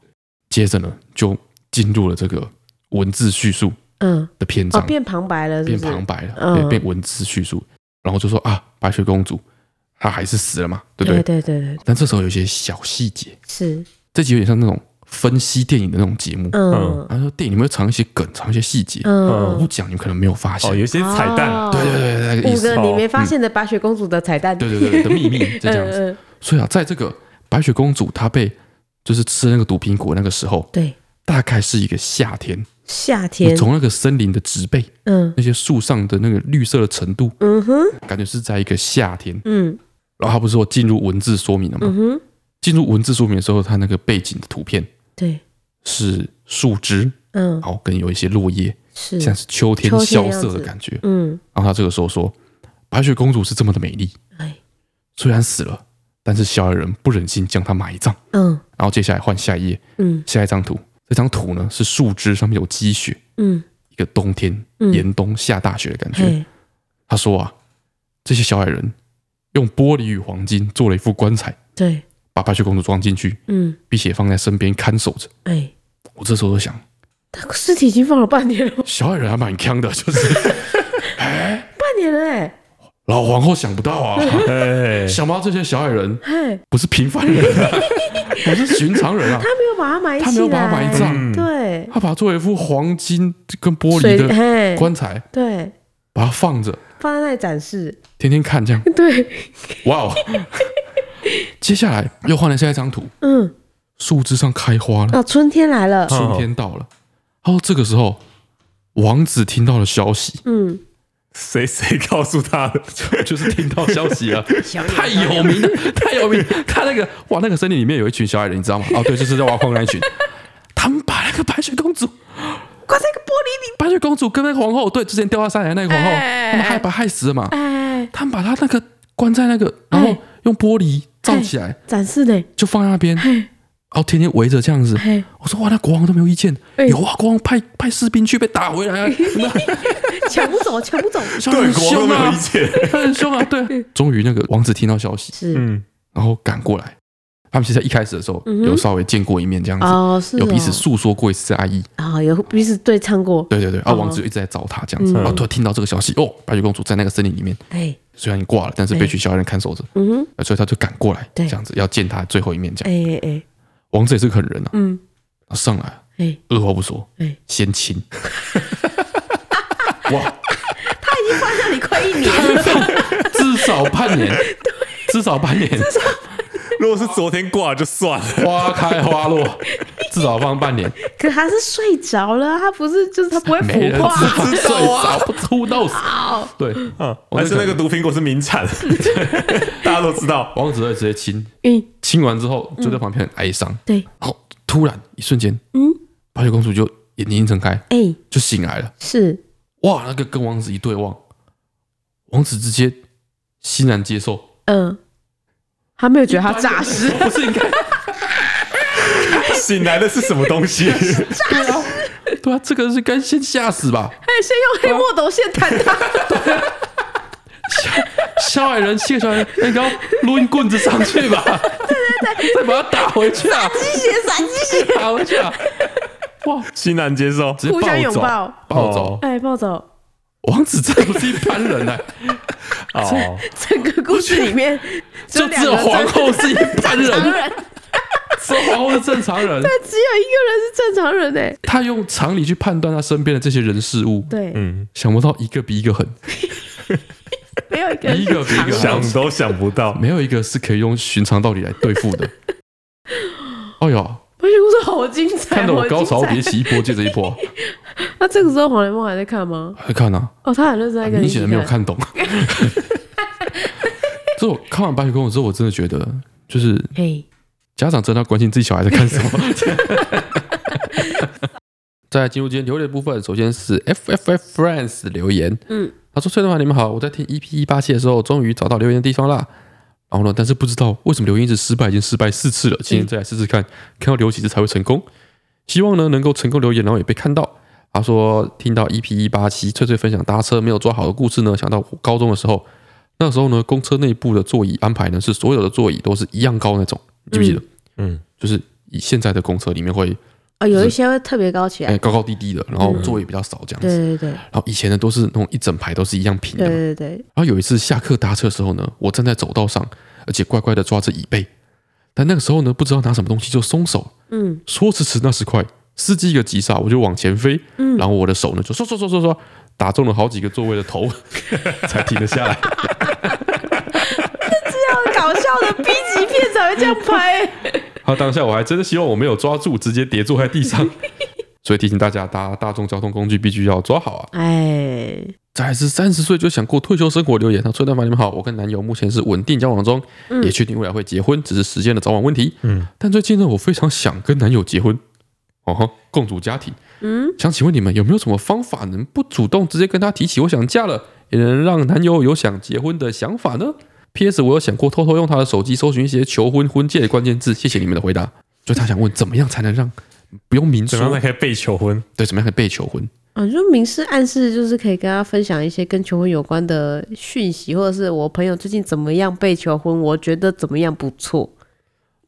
Speaker 2: 接着呢，就进入了这个文字叙述
Speaker 1: 嗯，
Speaker 2: 的篇
Speaker 1: 哦
Speaker 2: 章，
Speaker 1: 变旁白了，是
Speaker 2: 变
Speaker 1: 不是
Speaker 2: 旁白了，
Speaker 1: 嗯
Speaker 2: 对，变文字叙述，然后就说啊，白雪公主她还是死了嘛，对不对？
Speaker 1: 对对对对，
Speaker 2: 但这时候有一些小细节，
Speaker 1: 是，
Speaker 2: 这集有点像那种分析电影的那种节目，
Speaker 1: 嗯
Speaker 2: 然后说电影里面会藏一些梗，藏一些细节，我
Speaker 1: 嗯
Speaker 2: 不，讲你们可能没有发现
Speaker 3: 哦，，有一些彩蛋，
Speaker 1: 哦
Speaker 2: 对对对，对那个意
Speaker 1: 五
Speaker 2: 思哦嗯
Speaker 1: 个，你没发现的白雪公主的彩蛋，
Speaker 2: 对对对的秘密就这样子。
Speaker 1: 嗯，嗯
Speaker 2: 所以啊，在这个白雪公主她被就是吃那个毒苹果那个时候，
Speaker 1: 对，
Speaker 2: 大概是一个夏天，
Speaker 1: 夏
Speaker 2: 你
Speaker 1: 天，
Speaker 2: 从那个森林的植被。
Speaker 1: 嗯
Speaker 2: 那些树上的那个绿色的程度，
Speaker 1: 嗯哼，
Speaker 2: 感觉是在一个夏天。
Speaker 1: 嗯
Speaker 2: 然后他不是说进入文字说明了
Speaker 1: 嗯
Speaker 2: 吗？
Speaker 1: 哼，
Speaker 2: 进入文字说明的时候，它那个背景的图片
Speaker 1: 对，
Speaker 2: 是树枝，
Speaker 1: 嗯
Speaker 2: 然后跟有一些落叶，
Speaker 1: 是，
Speaker 2: 像是秋天
Speaker 1: 嗯秋天
Speaker 2: 萧
Speaker 1: 的
Speaker 2: 瑟
Speaker 1: 样
Speaker 2: 的
Speaker 1: 子
Speaker 2: 感觉。
Speaker 1: 嗯，
Speaker 2: 然后他这个时候说，白雪公主是这么的美丽，
Speaker 1: 哎，
Speaker 2: 虽然死了，但是小矮人不忍心将她埋葬。
Speaker 1: 嗯
Speaker 2: 然后接下来换下一页，
Speaker 1: 嗯
Speaker 2: 下一张图，这张图呢是树枝上面有积雪，
Speaker 1: 嗯，
Speaker 2: 一个冬天
Speaker 1: 嗯
Speaker 2: 严冬下大雪的感觉。
Speaker 1: 嘿，
Speaker 2: 他说啊，这些小矮人用玻璃与黄金做了一副棺材，
Speaker 1: 对，
Speaker 2: 把白雪公主装进去，
Speaker 1: 嗯，
Speaker 2: 并且放在身边看守着。
Speaker 1: 哎，
Speaker 2: 我这时候就想，
Speaker 1: 他尸体已经放了半年了， [laughs]
Speaker 2: 小矮人还蛮强的， [laughs] 就是
Speaker 1: 半年了，哎，
Speaker 2: 老皇后想不到
Speaker 1: [laughs]
Speaker 2: 啊，
Speaker 3: 哎，
Speaker 2: 想不到这些小矮人
Speaker 1: 嘿。
Speaker 2: 不是平凡人、
Speaker 1: [laughs]
Speaker 2: 啊，不是寻常人啊，
Speaker 1: 他没有把它埋起来，
Speaker 2: 他没有把它埋葬，
Speaker 3: 嗯
Speaker 1: 对，
Speaker 2: 他把它作为一副黄金跟玻璃
Speaker 1: 水
Speaker 2: 的
Speaker 1: 嘿，
Speaker 2: 棺材，
Speaker 1: 对，
Speaker 2: 把它放着，
Speaker 1: 放在那里展示， [laughs]
Speaker 2: 天天看这样。
Speaker 1: 对，
Speaker 2: 哇
Speaker 1: [laughs]
Speaker 2: 哦！接下来又换了下一张图，
Speaker 1: 嗯，
Speaker 2: 树枝上开花了。
Speaker 1: 啊，春天来了，
Speaker 2: 春天到了。然后这个时候，王子听到了消息， [laughs]
Speaker 1: 嗯，
Speaker 3: 谁谁告诉他的？
Speaker 2: 就是听到消息啊了， [laughs] 太有名了，太有名了。他那个哇，那个森林里面有一群小矮人，你知道吗？哦，对，就是在挖矿那一群， [laughs] 他们把那个白雪公主，
Speaker 1: 挂在一个玻璃里，
Speaker 2: 白雪公主跟那个皇后，对，之前掉下山来的那个皇后，
Speaker 1: 哎
Speaker 2: 他们害把她害死了嘛，
Speaker 1: 哎，
Speaker 2: 他们把她那个关在那个，然后
Speaker 1: 哎
Speaker 2: 用玻璃罩起来，
Speaker 1: 展示呢，
Speaker 2: 就放在那边，然
Speaker 1: 嘿，
Speaker 2: 后天天围着这样子。
Speaker 1: 嘿，
Speaker 2: 我说哇，那国王都没有意见，
Speaker 1: 哎
Speaker 2: 有啊，国王派派士兵去被打回来啊，
Speaker 1: 抢不走，抢不走，
Speaker 2: 小矮人很
Speaker 3: 国
Speaker 2: 凶
Speaker 3: 王都没
Speaker 2: 啊
Speaker 3: 有意，
Speaker 2: [laughs]
Speaker 3: 见。
Speaker 2: 他很凶啊，
Speaker 1: [laughs]
Speaker 2: 对。终于那个王子听到消息，
Speaker 1: 是，
Speaker 3: 嗯，
Speaker 2: 然后赶过来。他们其实在一开始的时候
Speaker 1: 嗯哼
Speaker 2: 有稍微见过一面，这样子，
Speaker 1: 哦，是哦，
Speaker 2: 有彼此诉说过一次爱意。
Speaker 1: 啊，有彼此对唱过，
Speaker 2: 对对对，啊，
Speaker 1: 哦
Speaker 2: 王子就一直在找他这样子，
Speaker 1: 嗯
Speaker 2: 然后突然听到这个消息，哦，白雪公主在那个森林里面，
Speaker 1: 哎，
Speaker 2: 虽然挂了，但是被一群小矮人看守着，
Speaker 1: 嗯哼，
Speaker 2: 所以他就赶过来，
Speaker 1: 对
Speaker 2: 这样子要见他最后一面。这样，
Speaker 1: 哎哎哎，
Speaker 2: 王子也是个狠人啊，
Speaker 1: 嗯，
Speaker 2: 他上来
Speaker 1: 哎，
Speaker 2: 二话不
Speaker 1: [laughs]
Speaker 2: 说，
Speaker 1: 哎
Speaker 2: 先亲，哇，
Speaker 1: 他已经放下你快一年了，
Speaker 2: 至少半年，至少半年，
Speaker 3: 如果是昨天挂了就算了，
Speaker 2: 花开花落，至少放半年，
Speaker 1: [laughs] 可他是睡着了啊，他不是就是他不会
Speaker 2: 没人
Speaker 1: 腐
Speaker 2: 知
Speaker 1: 化。 [laughs]
Speaker 2: 道
Speaker 3: 知
Speaker 2: 睡
Speaker 3: 道啊
Speaker 2: 着不出到死，对，
Speaker 3: 嗯，还是那个毒苹果是名产， [laughs] 大家都知道。
Speaker 2: 王子二直接亲，
Speaker 1: 嗯，
Speaker 2: 亲完之后就在旁边很哀伤，
Speaker 1: 对，
Speaker 2: 然后突然一瞬间，
Speaker 1: 嗯，
Speaker 2: 白雪公主就眼睛一睁开
Speaker 1: 哎、
Speaker 2: 就醒来了，
Speaker 1: 是
Speaker 2: 哇，那个跟王子一对望，王子直接欣然接受，
Speaker 1: 嗯，他没有觉得他诈 [laughs] 尸，
Speaker 2: 不是应该
Speaker 3: 醒来的是什么东西？
Speaker 2: 对啊，对啊，这个是该先吓死吧？
Speaker 1: 他哎先用黑墨斗线弹他，
Speaker 2: 小矮人、谢小矮人，那你要抡棍子上去吧，再把他打回去啊，
Speaker 1: 鸡血闪鸡血，
Speaker 2: 打回去啊！哇，
Speaker 3: [laughs] 欣然接受，
Speaker 2: 直接
Speaker 1: 互相
Speaker 2: 暴
Speaker 1: 拥
Speaker 2: 走，
Speaker 1: 抱
Speaker 2: 暴走！
Speaker 1: 哎、暴走。
Speaker 2: 王子真的不是一般人哎，
Speaker 3: 哦，
Speaker 1: 整个故事里
Speaker 2: [laughs]
Speaker 1: 面
Speaker 2: 就
Speaker 1: 两
Speaker 2: 只
Speaker 1: 个
Speaker 2: 有皇
Speaker 1: 正
Speaker 2: 后是一般
Speaker 1: 常
Speaker 2: 人，
Speaker 1: 人，
Speaker 2: 只有皇后 [laughs] 是正常人，
Speaker 1: 只有一个人是正常人哎、
Speaker 2: 他用常理去判断他身边的这些人事物，
Speaker 1: 对，
Speaker 3: 嗯，
Speaker 2: 想不到一个比一个狠，
Speaker 1: 没有一个人
Speaker 2: 一个比一个
Speaker 1: 正常
Speaker 2: 像
Speaker 1: 人
Speaker 3: 想都想不到，
Speaker 2: 没有一个是可以用寻常道理来对付的。 [laughs] 哎呀，
Speaker 1: 白雪公主好精彩，
Speaker 2: 看得我
Speaker 1: 好精
Speaker 2: 高潮
Speaker 1: 彩
Speaker 2: 迭。起，一波接着一波啊， [laughs]
Speaker 1: 那这个时候黄连梦还在看吗？
Speaker 2: 还看啊。
Speaker 1: 哦，他很认真在跟你
Speaker 2: 明
Speaker 1: 一起
Speaker 2: 显的没有。看懂。 [laughs] 所以我看完《白雪公主》之后，我真的觉得，就是
Speaker 1: 嘿，
Speaker 2: 家长真的要关心自己小孩在看什么。在进入今天留言的部分，首先是 F F F Friends 的留言，
Speaker 1: 嗯，
Speaker 2: 他说：“崔老板，你们好，我在听 EP 一八七的时候，终于找到留言的地方啦。然后呢，但是不知道为什么留言一直失败，已经失败四次了。今天再来试试看，看到留几次才会成功。希望呢能够成功留言，然后也被看到。”他说：“听到 EP 一八七翠翠分享搭车没有抓好的故事呢，想到我高中的时候，那时候呢公车内部的座椅安排呢是所有的座椅都是一样高那种，你记不记得？
Speaker 3: 嗯，
Speaker 2: 就是以现在的公车里面会
Speaker 1: 哦，有一些会特别高起
Speaker 2: 哎、
Speaker 1: 来。
Speaker 2: 高高低低的，然后座位比较少这样子。
Speaker 1: 对对对
Speaker 2: 然后以前呢都是那种一整排都是一样平的
Speaker 1: 对
Speaker 2: 嘛。
Speaker 1: 对对， [laughs]
Speaker 2: 然后有一次下课搭车的时候呢，我站在走道上，而且乖乖的抓着椅背，但那个时候呢不知道拿什么东西就松手，
Speaker 1: 嗯
Speaker 2: 说时迟那时快，司机一个急刹我就往前飞，
Speaker 1: 嗯
Speaker 2: 然后我的手呢就唰唰唰唰唰打中了好几个座位的头，才停了下来。
Speaker 1: 这样搞笑的 B 级片才会这样拍、
Speaker 2: [laughs] 他当下我还真的希望我没有抓住，直接跌坐在地
Speaker 1: [laughs]
Speaker 2: 上。所以提醒大家，搭大众交通工具必须要抓好啊！
Speaker 1: 哎，
Speaker 2: 再来是三十岁就想过退休生活留言，他崔大凡你们好，我跟男友目前是稳定交往中，也确定未来会结婚，只是时间的早晚问题。
Speaker 3: 嗯，
Speaker 2: 但最近呢，我非常想跟男友结婚，哦吼，共组家庭。
Speaker 1: 嗯，
Speaker 2: 想请问你们有没有什么方法能不主动直接跟他提起我想嫁了，也能让男友有想结婚的想法呢？P.S. 我有想过偷偷用他的手机搜寻一些求婚婚戒的关键字。谢谢你们的回答。就他想问，怎么样才能让不用明
Speaker 3: 怎么样才
Speaker 2: 说
Speaker 3: 可以被求婚？
Speaker 2: 对怎么样可以被求婚？
Speaker 1: 啊，就明示暗示，就是可以跟他分享一些跟求婚有关的讯息，或者是我朋友最近怎么样被求婚，我觉得怎么样不错，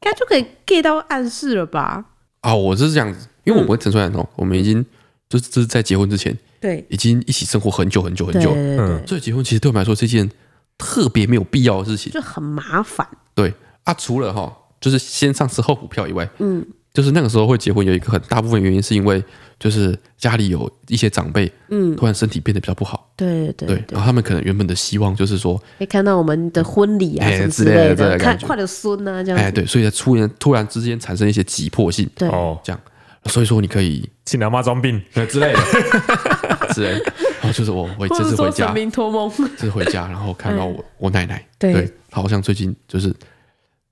Speaker 1: 应该就可以 get 到暗示了吧？
Speaker 2: 啊，我是这样子，因为
Speaker 1: 嗯
Speaker 2: 我们跟陈帅然哦，我们已经就是这是在结婚之前
Speaker 1: 对，
Speaker 2: 已经一起生活很久很久很
Speaker 1: 对
Speaker 2: 久，
Speaker 1: 对对，
Speaker 3: 嗯
Speaker 2: 所以结婚其实对我们来说是一件特别没有必要的事情。
Speaker 1: 就很麻烦。
Speaker 2: 对啊，除了哈，就是先上车后补票以外，
Speaker 1: 嗯，
Speaker 2: 就是那个时候会结婚有一个很大部分原因是因为就是家里有一些长辈
Speaker 1: 嗯，
Speaker 2: 突然身体变得比较不好，
Speaker 1: 对对
Speaker 2: 对，然后他们可能原本的希望就是说，
Speaker 1: 可以看到我们的婚礼啊
Speaker 2: 哎
Speaker 1: 什么
Speaker 2: 之
Speaker 1: 之
Speaker 2: 类的
Speaker 1: 类
Speaker 2: 这个
Speaker 1: 的，看
Speaker 2: 感觉
Speaker 1: 快点孙啊这样
Speaker 2: 哎，
Speaker 1: 子。
Speaker 2: 对，所以在突然突然之间产生一些急迫性，
Speaker 1: 对，
Speaker 3: 哦，
Speaker 2: 这样，所以说你可以
Speaker 3: 请阿妈装病，
Speaker 2: 呃之类的 [laughs] 之类的，然后就是我我这次回家，
Speaker 1: 明托梦，
Speaker 2: 这次回
Speaker 1: [laughs]
Speaker 2: 家，然后看到我我奶奶，
Speaker 1: 嗯对
Speaker 2: 对，她好像最近就是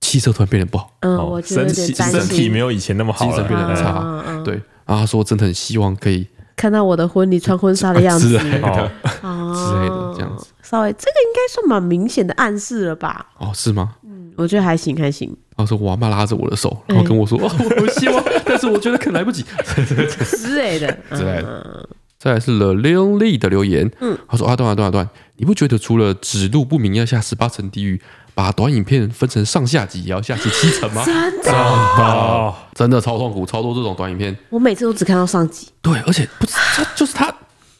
Speaker 2: 气色突然变得不好，
Speaker 1: 嗯，
Speaker 3: 哦
Speaker 1: 我觉得
Speaker 3: 身
Speaker 1: 有
Speaker 3: 体
Speaker 1: 点担
Speaker 3: 身体
Speaker 1: 心
Speaker 3: 没。有以前那么好
Speaker 2: 精神变
Speaker 3: 了，
Speaker 2: 得很差，
Speaker 1: 嗯嗯嗯
Speaker 2: 对，然后她说真的很希望可以啊
Speaker 1: 看到我的婚礼穿婚纱的样
Speaker 2: 之
Speaker 1: 子
Speaker 2: 类的。
Speaker 3: 哦，
Speaker 1: 哦
Speaker 2: 之类的这样子。
Speaker 1: 稍微这个应该算蛮明显的暗示了吧？
Speaker 2: [laughs] 哦，是吗？
Speaker 1: 嗯我觉得还行还行。
Speaker 2: 然后说我阿妈拉着我的手，然后跟
Speaker 1: 嗯
Speaker 2: 我说：“哦，我希望， [laughs] 但是我觉得可能来不及。 [laughs]
Speaker 1: 之类的，
Speaker 2: 之类的
Speaker 1: 的。”
Speaker 2: 再来是 The Lonely 的留言，
Speaker 1: 嗯，
Speaker 2: 他说：“阿啊段阿段阿段，你不觉得除了指路不明要下十八层地狱，把短影片分成上下集也要下十七层
Speaker 1: [laughs]
Speaker 2: 吗？
Speaker 1: 真
Speaker 3: 真
Speaker 1: 的，
Speaker 3: 的
Speaker 2: 真的超痛苦，超多这种短影片。
Speaker 1: 我每次都只看到上集，
Speaker 2: [sighs] 对，而且不是，这就是他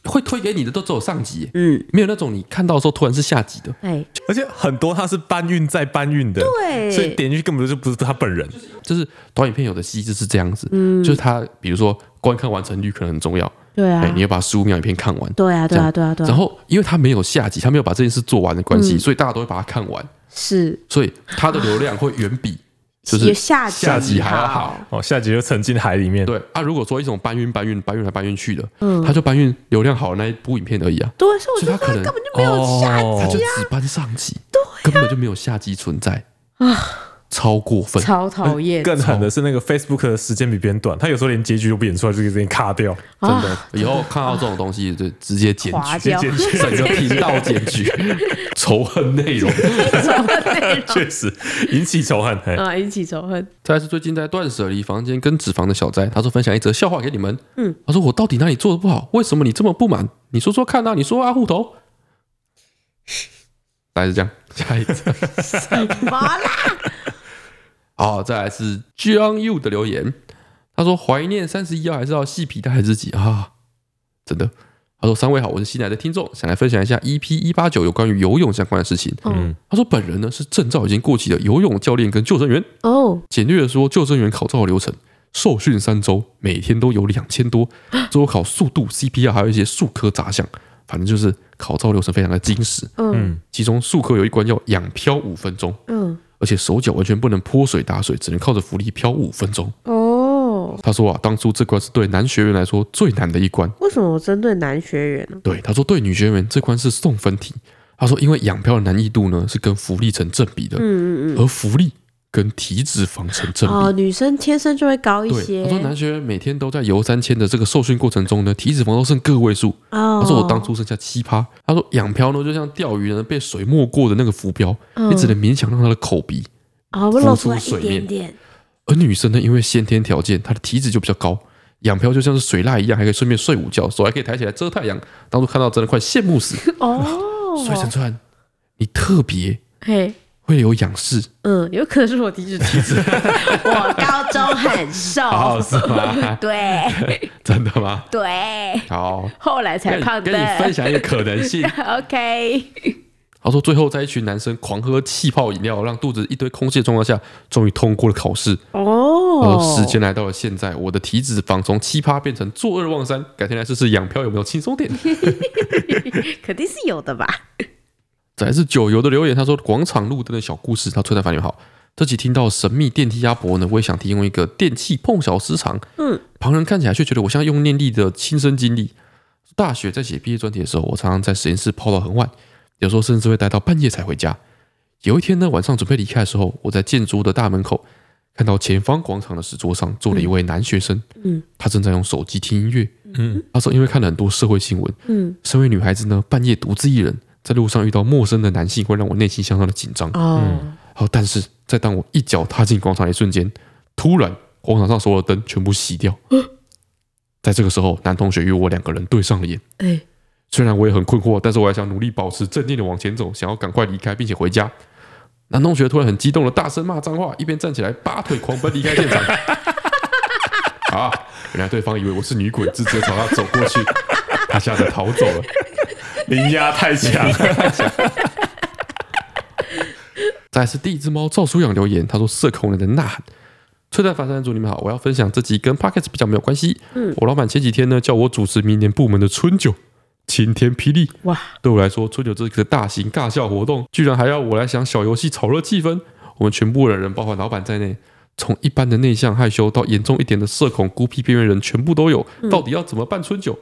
Speaker 2: 会推给你的都只有上集，
Speaker 1: 嗯，
Speaker 2: 没有那种你看到的时候突然是下集的。
Speaker 1: 哎，
Speaker 3: 而且很多他是搬运再搬运的，
Speaker 1: 对
Speaker 3: 所以点进去根本就不是他本人，
Speaker 2: 就是短影片有的机制是这样子，就是它比如说观看完成率可能很重要，
Speaker 1: 对
Speaker 2: 哎、
Speaker 1: 啊
Speaker 2: 你，要把十五秒影片看完。
Speaker 1: 对啊，
Speaker 2: 这
Speaker 1: 对啊，
Speaker 2: 样
Speaker 1: 对啊，对
Speaker 2: 然
Speaker 1: 啊，
Speaker 2: 后，因为他没有下集，他没有把这件事做完的关系，所以大家都会把它看完，
Speaker 1: 是
Speaker 2: 所以它的流量会远比就是
Speaker 1: 有下集
Speaker 2: 下集还要好。
Speaker 3: 哦，下集就沉进海里面，
Speaker 2: 对啊，如果说一种搬运、搬运、搬运来搬运去的，他就搬运流量好的那一部影片而已啊，
Speaker 1: 对，所以我
Speaker 2: 所
Speaker 1: 就
Speaker 2: 以他
Speaker 1: 说
Speaker 2: 可能
Speaker 1: 根本就没有下集，
Speaker 2: 他
Speaker 3: 哦
Speaker 2: 就只搬上集，根本就没有下集存在啊，超过分。
Speaker 1: 超讨厌，
Speaker 3: 更狠的是那个 Facebook 的时间比别人短，他有时候连结局都不演出来，就给直接卡掉，
Speaker 2: 真的，以后看到这种东西就直接检
Speaker 1: 划
Speaker 2: 举，
Speaker 1: [laughs] 掉
Speaker 3: 直
Speaker 1: [laughs]
Speaker 3: 接检举
Speaker 2: [laughs] 整个频道检举 [laughs] 仇恨内容。
Speaker 3: 确实引起仇恨。哎
Speaker 1: 啊，引起仇恨。
Speaker 2: 再来是最近在断舍离房间跟脂肪的小斋，他说分享一则笑话给你们。嗯，他说我到底哪里做的不好？为什么你这么不满？你说说看啊！你说啊，户 [laughs] 头。大概是这样，下一则。
Speaker 1: 麻辣
Speaker 2: 好，再来是 John Yu 的留言，他说怀念三十一号还是要细皮带自己啊，真的。他说：“三位好，我是新来的听众，想来分享一下 EP 一八九有关于游泳相关的事情。
Speaker 1: 嗯
Speaker 2: 他说：“本人呢是证照已经过期的游泳教练跟救生员。
Speaker 1: 哦，
Speaker 2: 简略的说，救生员考照的流程：受训三周，每天都有两千多，之后考速度、CPR，还有一些数科杂项。反正就是考照流程非常的精实。
Speaker 1: 嗯
Speaker 2: 其中数科有一关要仰漂五分钟，
Speaker 1: 嗯
Speaker 2: 而且手脚完全不能泼水打水，只能靠着浮力漂五分钟。
Speaker 1: 哦，
Speaker 2: 他说啊，当初这关是对男学员来说最难的一关。
Speaker 1: 为什么我针对男学员呢？
Speaker 2: 对，他说对女学员这关是送分题。他说因为仰漂的难易度呢是跟浮力成正比的，
Speaker 1: 嗯嗯
Speaker 2: 而浮力跟体脂肪成正比。
Speaker 1: 哦，女生天生就会高一
Speaker 2: 对，
Speaker 1: 些
Speaker 2: 他。说男学员每天都在游三千的这个受训过程中呢，体脂肪都剩个位数。
Speaker 1: 哦，
Speaker 2: 他说我当初剩下七趴。他说仰漂呢就像钓鱼呢被水没过的那个浮标，
Speaker 1: 嗯
Speaker 2: 你只能勉强让他的口鼻
Speaker 1: 哦，我露出来
Speaker 2: 浮出
Speaker 1: 一
Speaker 2: 水面
Speaker 1: 点点，
Speaker 2: 而女生呢，因为先天条件，她的体脂就比较高，仰漂就像是水蜡一样，还可以顺便睡午觉，手还可以抬起来遮太阳。当初看到真的快羡慕死。
Speaker 1: 哦，
Speaker 2: [laughs] 所以陈川，你特别
Speaker 1: 嘿，
Speaker 2: 会有仰视，
Speaker 1: 嗯，有可能是我体脂体 [laughs] 脂，我高中很瘦，
Speaker 2: 啊是吗？
Speaker 1: [laughs]
Speaker 2: [laughs]
Speaker 1: 对
Speaker 2: 真的吗？
Speaker 1: 对，
Speaker 2: 好，
Speaker 1: 后来才
Speaker 2: 跟
Speaker 1: 胖
Speaker 2: 你跟你分
Speaker 1: 的。
Speaker 2: 享一个可
Speaker 1: [laughs]
Speaker 2: 能性。
Speaker 1: OK，
Speaker 2: 他说，最后在一群男生狂喝气泡饮料，让肚子一堆空气的状况下，终于通过了考试。
Speaker 1: 哦
Speaker 2: 而，时间来到了现在，我的体脂肪从奇葩变成坐二望三。改天来试试仰漂有没有轻松点。
Speaker 1: 肯定是有的吧？
Speaker 2: 再来是九游的留言，他说广场路灯的小故事，他崔大凡你们好。这集听到神秘电梯鸭脖呢，我也想提供一个电器碰巧时长。
Speaker 1: 嗯，
Speaker 2: 旁人看起来却觉得我像用念力的亲身经历。大学在写毕业专题的时候，我常常在实验室泡到很晚，有时候甚至会待到半夜才回家。有一天呢，晚上准备离开的时候，我在建筑的大门口看到前方广场的石桌上坐了一位男学生。
Speaker 1: 嗯，
Speaker 2: 他正在用手机听音乐。
Speaker 3: 嗯，
Speaker 2: 他说因为看了很多社会新闻，
Speaker 1: 嗯，
Speaker 2: 身为女孩子呢，半夜独自一人在路上遇到陌生的男性，会让我内心相当的紧张。
Speaker 1: 哦，
Speaker 2: 好，但是在当我一脚踏进广场的一瞬间，突然广场上所有的灯全部熄掉。在这个时候，男同学与我两个人对上了眼。
Speaker 1: 哎，
Speaker 2: 虽然我也很困惑，但是我还想努力保持镇定的往前走，想要赶快离开并且回家。男同学突然很激动的大声骂脏话，一边站起来拔腿狂奔离开现场。啊！原来对方以为我是女鬼，直接朝他走过去，他吓得逃走了。
Speaker 3: 灵压太
Speaker 1: [laughs]
Speaker 3: 强，
Speaker 2: 再来是第一只猫赵舒养留言，他说：“社恐人的呐喊。”崔蛋凡山主，你们好，我要分享这集跟 p o c k e t 比较没有关系。嗯，我老板前几天呢叫我主持明年部门的春酒，晴天霹雳。
Speaker 1: 哇，
Speaker 2: 对我来说，春酒这个大型尬笑活动，居然还要我来想小游戏炒热气氛。我们全部的人，包括老板在内，从一般的内向害羞到严重一点的社恐、孤僻、边缘人，全部都有。到底要怎么办春酒？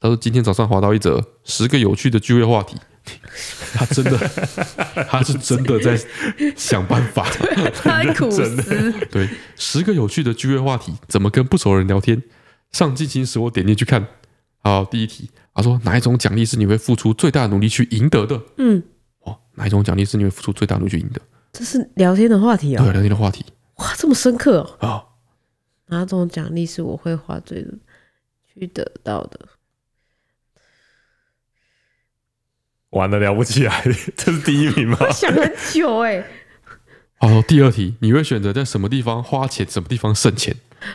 Speaker 2: 他说今天早上滑到一则十个有趣的聚会话题，他真的，他是真的在想办法。
Speaker 1: 很苦思，
Speaker 2: 对，十个有趣的聚会话题，怎么跟不熟人聊天？上进心使我点进去看。好，第一题，他说哪一种奖励是你会付出最大努力去赢得的？
Speaker 1: 嗯，
Speaker 2: 哦，哪一种奖励是你会付出最大努力去赢得？
Speaker 1: 这是聊天的话题
Speaker 2: 对，
Speaker 1: 哦，
Speaker 2: 聊天的话题
Speaker 1: 哇，这么深刻哦。
Speaker 2: 啊、
Speaker 1: 哪种奖励是我会花最多去得到的？
Speaker 3: 玩的了不起来， [laughs] 这是第一名吗？
Speaker 1: [laughs] 想很久哎、
Speaker 2: 好，第二题，你会选择在什么地方花钱，什么地方省钱？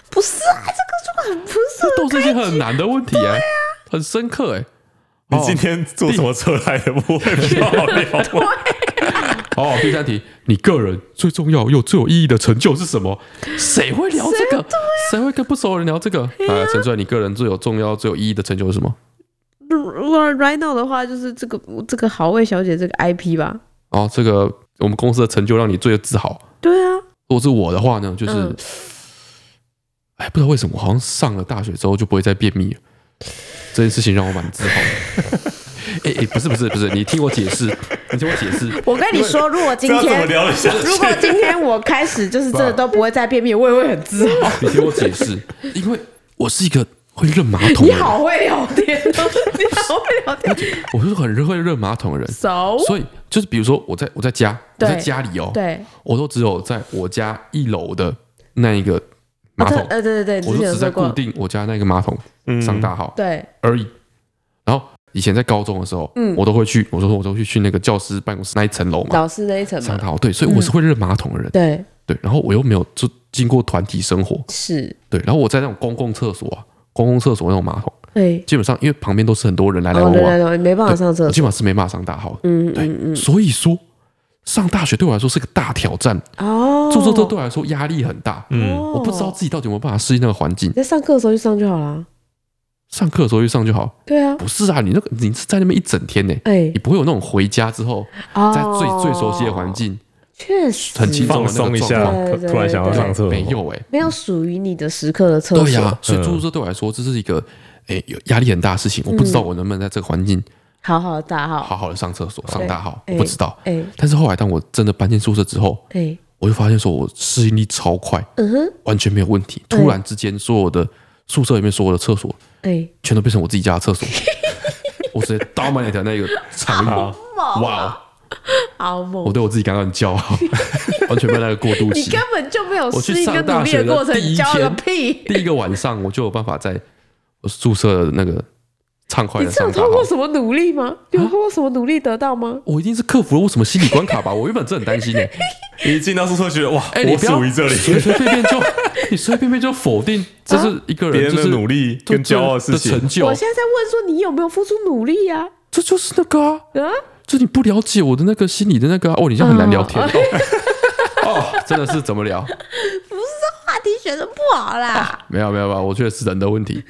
Speaker 1: 不是啊，这个就很不是
Speaker 2: 啊这都是一些很难的问题哎、很深刻哎、
Speaker 3: 你今天坐什么车来的？不会比较好聊吗？
Speaker 2: 哦，第三题，你个人最重要又最有意义的成就是什么？谁会聊这个？谁会跟不熟的人聊这个？啊，陈帅，你个人最有重要、最有意义的成就是什么？
Speaker 1: 如如果 right now 的话，就是这个这个好味小姐这个 IP 吧。
Speaker 2: 哦，这个我们公司的成就让你最自豪。
Speaker 1: 对啊，
Speaker 2: 如果是我的话呢，就是
Speaker 1: 嗯，
Speaker 2: 哎、不知道为什么，好像上了大学之后就不会再便秘了。这件事情让我蛮自豪的。
Speaker 1: [laughs]
Speaker 2: 哎、哎，不是不是不是，你听我解释，你听我解释。
Speaker 1: 我跟你说，如果今
Speaker 3: 这样怎么
Speaker 1: 天
Speaker 3: 聊得下
Speaker 1: 如果
Speaker 3: 去？
Speaker 1: 今天我开始就是真的都不会再便秘，我也会很自豪。
Speaker 2: 你听我解释，因为我是一个会认马桶
Speaker 1: 你
Speaker 2: 的人，
Speaker 1: 好会聊天哦，你好会聊天。
Speaker 2: 我是很会认马桶的人，
Speaker 1: 熟，
Speaker 2: 所以就是比如说我在我在家，我
Speaker 1: 哦对
Speaker 2: 在家里哦，
Speaker 1: 对，
Speaker 2: 我都只有在我家一楼的那一个马
Speaker 1: 哦
Speaker 2: 桶，
Speaker 1: 对呃，对对对，
Speaker 2: 我
Speaker 1: 你之
Speaker 2: 就
Speaker 1: 前有
Speaker 2: 只在
Speaker 1: 说
Speaker 2: 固
Speaker 1: 过，
Speaker 2: 定我家那个马桶上大号
Speaker 1: 对，
Speaker 2: 而已。然后以前在高中的时候，
Speaker 1: 嗯
Speaker 2: 我都会去，我说我都会去那个教师办公室那一层楼嘛，
Speaker 1: 老师那一层
Speaker 2: 上
Speaker 1: 嘛，嗯
Speaker 2: 大号，对，所以我是会认马桶的人，
Speaker 1: 对，
Speaker 2: 对。然后我又没有就经过团体生活，
Speaker 1: 是，
Speaker 2: 对。然后我在那种公共厕所啊，公共厕所那种马桶，
Speaker 1: 对，
Speaker 2: 基本上因为旁边都是很多人来来
Speaker 1: 哦，
Speaker 2: 往
Speaker 1: 对
Speaker 2: 往，
Speaker 1: 对对，没办法上厕
Speaker 2: 我
Speaker 1: 所，
Speaker 2: 基本上是没办法上大号的。
Speaker 1: 嗯
Speaker 2: 对
Speaker 1: 嗯嗯，
Speaker 2: 所以说上大学对我来说是个大挑战，
Speaker 1: 哦，
Speaker 2: 做做做对我来说压力很大，
Speaker 3: 嗯，
Speaker 1: 哦
Speaker 2: 我不知道自己到底有没有办法适应那个环境
Speaker 1: 你。在上课的时候就上就好啦。
Speaker 2: 上课的时候就上就好，
Speaker 1: 对啊，
Speaker 2: 不是啊，你那个你是在那边一整天呢、
Speaker 1: 哎
Speaker 2: 你，不会有那种回家之后
Speaker 1: 哦
Speaker 2: 在最最熟悉的环，境
Speaker 1: 确实
Speaker 2: 很轻松
Speaker 3: 放松一下
Speaker 1: 对对，对
Speaker 3: 突然想哦要上厕所，
Speaker 2: 没有哎、
Speaker 1: 没有属于你的时刻的厕所，嗯
Speaker 2: 对呀、所以做做对我来说这是一个哎、有压力很大的事情，我不知道我能不能在这个环境
Speaker 1: 好好的打嗯好，
Speaker 2: 好好的上厕所上大号，
Speaker 1: 哎
Speaker 2: 我不知道。
Speaker 1: 哎
Speaker 2: 但是后来当我真的搬进宿舍之后，
Speaker 1: 哎，
Speaker 2: 我就发现说我适应力超快，
Speaker 1: 嗯哼，
Speaker 2: 完全没有问题。
Speaker 1: 嗯
Speaker 2: 突然之间，所有的宿舍里面所有的厕所
Speaker 1: 哎，
Speaker 2: 全都变成我自己家的
Speaker 1: [laughs]
Speaker 2: 厕所，我直接 dominate 那个场域。
Speaker 3: 好
Speaker 2: 哇哦！
Speaker 1: 好
Speaker 2: 我
Speaker 1: 猛！
Speaker 2: 对我自己感到很骄傲，
Speaker 1: [laughs]
Speaker 2: 完全没有那个过渡
Speaker 1: 你
Speaker 2: 期
Speaker 1: 根。本就没有
Speaker 2: 我
Speaker 1: 适
Speaker 2: 去
Speaker 1: 应
Speaker 2: 上
Speaker 1: 跟
Speaker 2: 大
Speaker 1: 努力
Speaker 2: 学
Speaker 1: 过程，
Speaker 2: 的第
Speaker 1: 你
Speaker 2: 一
Speaker 1: 教了个
Speaker 2: 天，
Speaker 1: 屁！
Speaker 2: 第一个晚上我就有办法在我宿舍的那个畅快
Speaker 1: 你
Speaker 2: 的
Speaker 1: 这
Speaker 2: 上
Speaker 1: 有
Speaker 2: 大
Speaker 1: 通
Speaker 2: 号啊
Speaker 1: 过。什么努力吗？有通过什么努力得到吗？
Speaker 2: 我一定是克服了我什么心理关卡吧？我原本真的很担
Speaker 1: [laughs]
Speaker 2: 心呢、
Speaker 3: 你一进到宿舍觉得哇，
Speaker 2: 哎、你
Speaker 3: 我
Speaker 2: 不要
Speaker 3: 属于这里，
Speaker 2: 随随便便就 [laughs] 你随随便便就否定这是一个
Speaker 3: 别
Speaker 2: 人
Speaker 3: 人
Speaker 2: 就
Speaker 3: 的
Speaker 2: 是
Speaker 3: 努力
Speaker 2: 就
Speaker 3: 跟骄傲的事
Speaker 2: 的
Speaker 3: 情
Speaker 2: 成，就
Speaker 1: 啊我，现在在问说你有没有付出努力呀？
Speaker 2: 这就是那个啊，
Speaker 1: 啊，
Speaker 2: 就你不了解我的那个心理的那个啊、哦，你这样很难
Speaker 1: [laughs]
Speaker 2: 聊
Speaker 1: 嗯
Speaker 2: 天、哦，哦真的是怎么聊？
Speaker 1: 话题选的不好
Speaker 2: [laughs]
Speaker 1: 啦。
Speaker 2: 没有没有没有，我觉得是人的问题。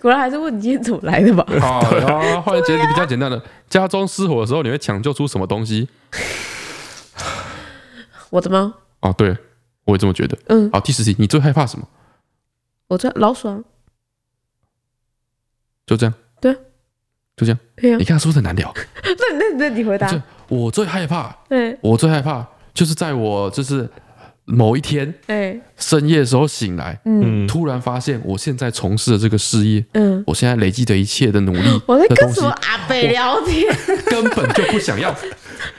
Speaker 1: 果然还是问你今天怎么来的吧。
Speaker 3: 哎
Speaker 2: 好啊，换一节比较简单的，家中失火的时候，你会抢救出什么东西？
Speaker 1: 我的猫，
Speaker 2: 哦，对，我也这么觉得。
Speaker 1: 嗯，
Speaker 2: 好，第十题，你最害怕什么？
Speaker 1: 我这老鼠啊，
Speaker 2: 就这样。
Speaker 1: 对啊，
Speaker 2: 就这样。
Speaker 1: 对啊呀
Speaker 2: 你。看是不是很难
Speaker 1: [laughs]
Speaker 2: 聊？
Speaker 1: 那那那你回答
Speaker 2: 就，我最害怕，
Speaker 1: 哎
Speaker 2: 我最害怕就是在我就是某一天
Speaker 1: 哎，
Speaker 2: 深夜的时候醒来，
Speaker 1: 嗯
Speaker 3: 嗯，
Speaker 2: 突然发现我现在从事的这个事业，
Speaker 1: 嗯，
Speaker 2: 我现在累积的一切的努力
Speaker 1: [laughs] 我在
Speaker 2: 的
Speaker 1: 跟
Speaker 2: 东
Speaker 1: 什
Speaker 2: 西
Speaker 1: 么，阿北聊天？
Speaker 3: [laughs]
Speaker 2: 根本就不
Speaker 1: [laughs]
Speaker 2: 想要。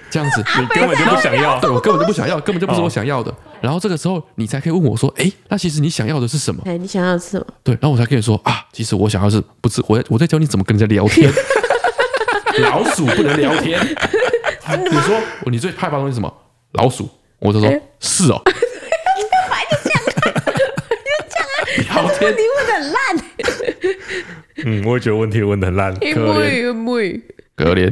Speaker 2: 这样
Speaker 1: 啊
Speaker 2: 子，
Speaker 3: 你根本就不想要
Speaker 2: 对，我根本就不想要，根本就不是我想要的。然后这个时候，你才可以问我说：“哎、那其实你想要的是什么
Speaker 1: 哎，你想要吃什么？？”
Speaker 2: 对，然后我才可以说：“啊，其实我想要是不是我在我在教你怎么跟人家聊天。 [laughs] 老鼠不能
Speaker 1: [laughs]
Speaker 2: 聊天。你说你最害怕的东西是什么？老鼠。我就说、
Speaker 1: 哎 [laughs]
Speaker 2: 是哦。啊聊天
Speaker 1: 啊你问的烂，
Speaker 3: 嗯，我也觉得问题问的很烂，
Speaker 1: 因为因为
Speaker 2: 可怜。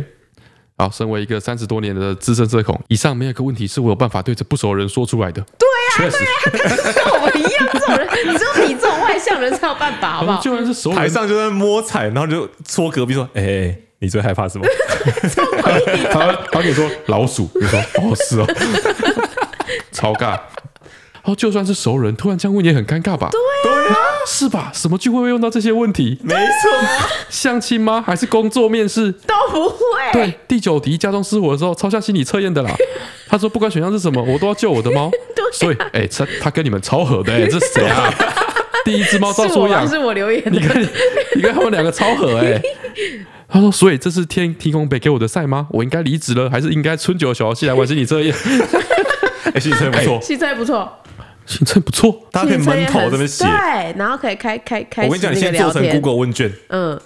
Speaker 2: 好，身为一个三十多年的资深社恐，以上没有一个问题是我有办法对着不熟的人说出来的。对呀、确实，
Speaker 1: 跟我们一样这
Speaker 3: [laughs]
Speaker 1: 种人，只有你这种外向人才有办法，好不
Speaker 2: 他们
Speaker 1: 好？
Speaker 2: 就算是熟
Speaker 3: 台
Speaker 2: 人，
Speaker 3: 上就在摸彩，然后就戳隔壁说，哎、哎哎你最害怕什么？
Speaker 2: 他他跟你说老鼠，你说哦是哦，超尬。然后就算是熟人，突然这样问也很尴尬吧？
Speaker 3: 对啊，
Speaker 2: 是吧？什么聚会会用到这些问题？
Speaker 3: 没错，
Speaker 2: 相亲吗？还是工作面试？
Speaker 1: 都不会。
Speaker 3: 哎
Speaker 2: 对，第九题家中失火的时候，超像心理测验的啦。他说不管选项是什么，我都要救我的
Speaker 3: [laughs]
Speaker 2: 猫。
Speaker 3: 啊
Speaker 2: 所以，哎、他他跟你们超合的、哎，这谁啊？第一只猫赵
Speaker 1: 是我
Speaker 2: 舒
Speaker 1: 啦
Speaker 2: 养，
Speaker 1: 是我留言
Speaker 2: 你
Speaker 1: 的，
Speaker 2: 看，你看他们两个超合哎、他说：“所以这是天天空北给我的赛吗？我应该离职了，还是应该春酒小游戏来玩心理测验？ [laughs]
Speaker 3: 哎、心理测验不错，
Speaker 1: 汽车也不错，
Speaker 2: 行程不错，
Speaker 3: 大家可以
Speaker 1: 汽车也
Speaker 3: 闷
Speaker 1: 很
Speaker 3: 头这边写。
Speaker 1: 对，然后可以开开开
Speaker 3: 我
Speaker 1: 启
Speaker 3: 跟你讲，你
Speaker 1: 那个
Speaker 3: 先
Speaker 1: 聊
Speaker 3: 做成
Speaker 1: 天。
Speaker 3: Google 问卷，
Speaker 1: 嗯，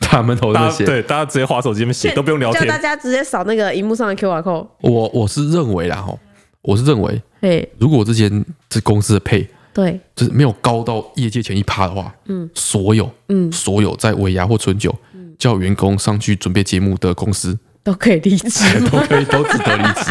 Speaker 2: 大门头
Speaker 3: 大
Speaker 2: 那
Speaker 3: 家
Speaker 2: 些。
Speaker 3: 对大家直接划手机那边写，都不用聊
Speaker 1: 叫大
Speaker 3: 天。
Speaker 1: 家直接扫那个荧幕上的 QR code。
Speaker 2: 我我是认为啦哈，我是认为，
Speaker 1: 哎，
Speaker 2: 如果之前这公司的配
Speaker 1: 对，
Speaker 2: 就是没有高到业界前一趴的话，嗯，所有嗯所有在尾牙或春酒，叫员工上去准备节目的公司，
Speaker 1: 都可以离职。
Speaker 2: [laughs]
Speaker 3: [laughs]
Speaker 2: 都可以都值得离职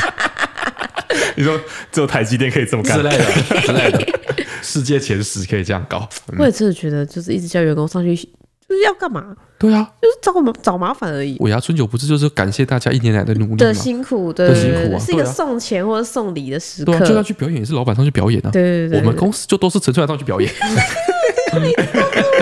Speaker 3: 你说只有台积电可以这么干
Speaker 2: 之，类的之类的。 [laughs] 世界前十可以这样搞，
Speaker 1: 我也真的觉得，就是一直叫员工上去，就是要干嘛？
Speaker 2: 对啊，
Speaker 1: 就是找麻找麻烦而已。
Speaker 2: 尾牙春酒不是就是感谢大家一年来的努力
Speaker 1: 的
Speaker 2: 吗？
Speaker 1: 辛苦，对
Speaker 2: 的
Speaker 1: 对
Speaker 2: 辛
Speaker 1: 对
Speaker 2: 苦啊
Speaker 1: 对，是一个
Speaker 2: 对啊
Speaker 1: 送钱或者送礼的时
Speaker 2: 对
Speaker 1: 刻
Speaker 2: 啊，。就算去表演也是老板上去表演啊。
Speaker 1: 对对对
Speaker 2: 我们公司就都是陈川上去表
Speaker 1: [laughs]
Speaker 2: 演。对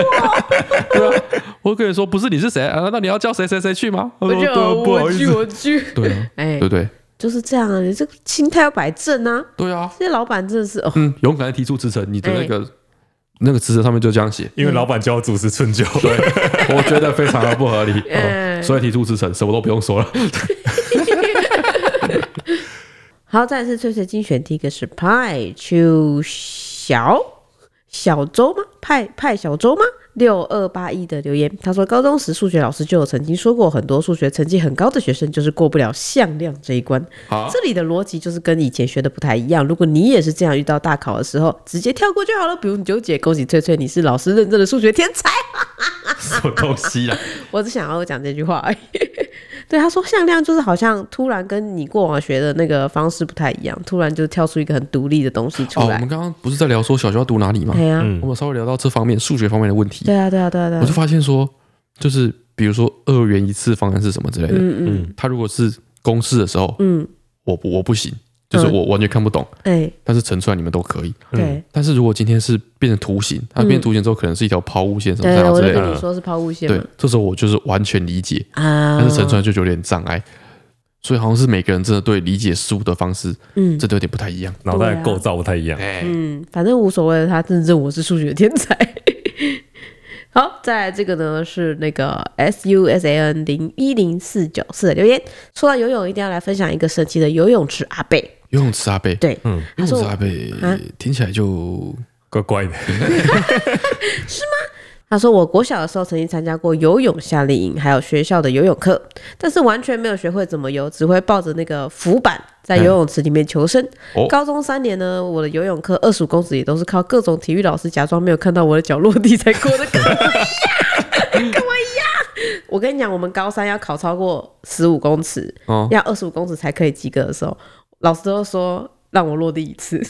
Speaker 2: 啊，我跟你说，不是你是谁啊？那你要叫谁谁谁去吗？我
Speaker 1: 我
Speaker 2: 说
Speaker 1: 就
Speaker 2: 对啊不好
Speaker 1: 我
Speaker 2: 意
Speaker 1: 去
Speaker 2: 思。
Speaker 1: 我去，
Speaker 2: 对啊，
Speaker 1: 哎
Speaker 2: 对，不对？
Speaker 1: 就是这样啊，你这个心态要摆正啊。
Speaker 2: 对啊，
Speaker 1: 这些老板真的是哦，
Speaker 2: 嗯，勇敢的提出辞呈，你的那个那个辞呈上面就这样
Speaker 1: [laughs]
Speaker 2: 写，
Speaker 3: 因为老板叫我主持春酒， [laughs] 对，
Speaker 2: 我觉得非常的不
Speaker 1: [laughs]
Speaker 2: 合理，
Speaker 1: 哎
Speaker 2: 哦所以提出辞呈，什么都不用说了。
Speaker 1: 好，再来是翠翠精选，第一个是派秋小小周吗？派派小周吗？六二八一的留言，他说高中时数学老师就有曾经说过，很多数学成绩很高的学生就是过不了向量这一关。
Speaker 2: 好，
Speaker 1: 这里的逻辑就是跟以前学的不太一样。如果你也是这样，遇到大考的时候直接跳过就好了，不用纠结。恭喜翠翠，你是老师认证的数学天才。
Speaker 2: 什么东西
Speaker 3: [laughs]
Speaker 2: 啦？
Speaker 1: 我只想要讲这句话而已。 [laughs] 对，他说向量就是好像突然跟你过往学的那个方式不太一样，突然就跳出一个很独立的东西出
Speaker 2: 哦，我
Speaker 1: 来。嗯
Speaker 2: 们刚刚不是在聊说小学要读哪里吗？
Speaker 1: 对呀，
Speaker 2: 我们稍微聊到这方面数学方面的问题，
Speaker 1: 对啊，对啊，对啊，对
Speaker 2: 嗯我就
Speaker 1: 啊。
Speaker 2: 发现说，就是比如说二元一次方程式什么之类的，嗯嗯，它如果是公式的时候，
Speaker 1: 嗯，
Speaker 2: 我不我不行，就是
Speaker 1: 嗯
Speaker 2: 我完全看不懂，
Speaker 1: 哎，
Speaker 2: 但是乘出来你们都可以。
Speaker 1: 对，
Speaker 2: 但是如果今天是变成图形，它变成图形之后可嗯能是一条抛物线什
Speaker 1: 嗯
Speaker 2: 么
Speaker 1: 对，
Speaker 2: 啥
Speaker 1: 我
Speaker 2: 之
Speaker 1: 就
Speaker 2: 类的，
Speaker 1: 跟你说是抛物线
Speaker 2: 对
Speaker 1: 嘛。，
Speaker 2: 这时候我就是完全理解，
Speaker 1: 啊
Speaker 2: 但是乘出来就有点障碍。所以好像是每个人真的对理解事物的方式，
Speaker 1: 嗯
Speaker 2: 真的有点不太一样。
Speaker 3: 脑袋构造不太一样。
Speaker 2: 哎、
Speaker 1: 嗯，反正无所谓了，他认证我是数学天才。 [laughs] 好，再来这个呢是那个 S U S A N 零一零四九四的留言，说到游泳一定要来分享一个神奇的游泳池阿贝。
Speaker 2: 游泳池阿贝，
Speaker 1: 对，
Speaker 2: 游
Speaker 1: 他
Speaker 2: 泳
Speaker 1: 说
Speaker 2: 池阿贝
Speaker 1: 啊
Speaker 2: 听起来就
Speaker 3: 怪怪的，
Speaker 1: 他说：“我国小的时候曾经参加过游泳夏令营，还有学校的游泳课，但是完全没有学会怎么游，只会抱着那个浮板在游泳池里面求生。
Speaker 2: 嗯哦
Speaker 1: 高中三年呢，我的游泳课二十五公尺也都是靠各种体育老师假装没有看到我的脚落地才过的。跟我一样，跟我一样。我跟你讲，我们高三要考超过十五公尺，
Speaker 2: 哦
Speaker 1: 要二十五公尺才可以及格的时候，老师都说让我落地一次。”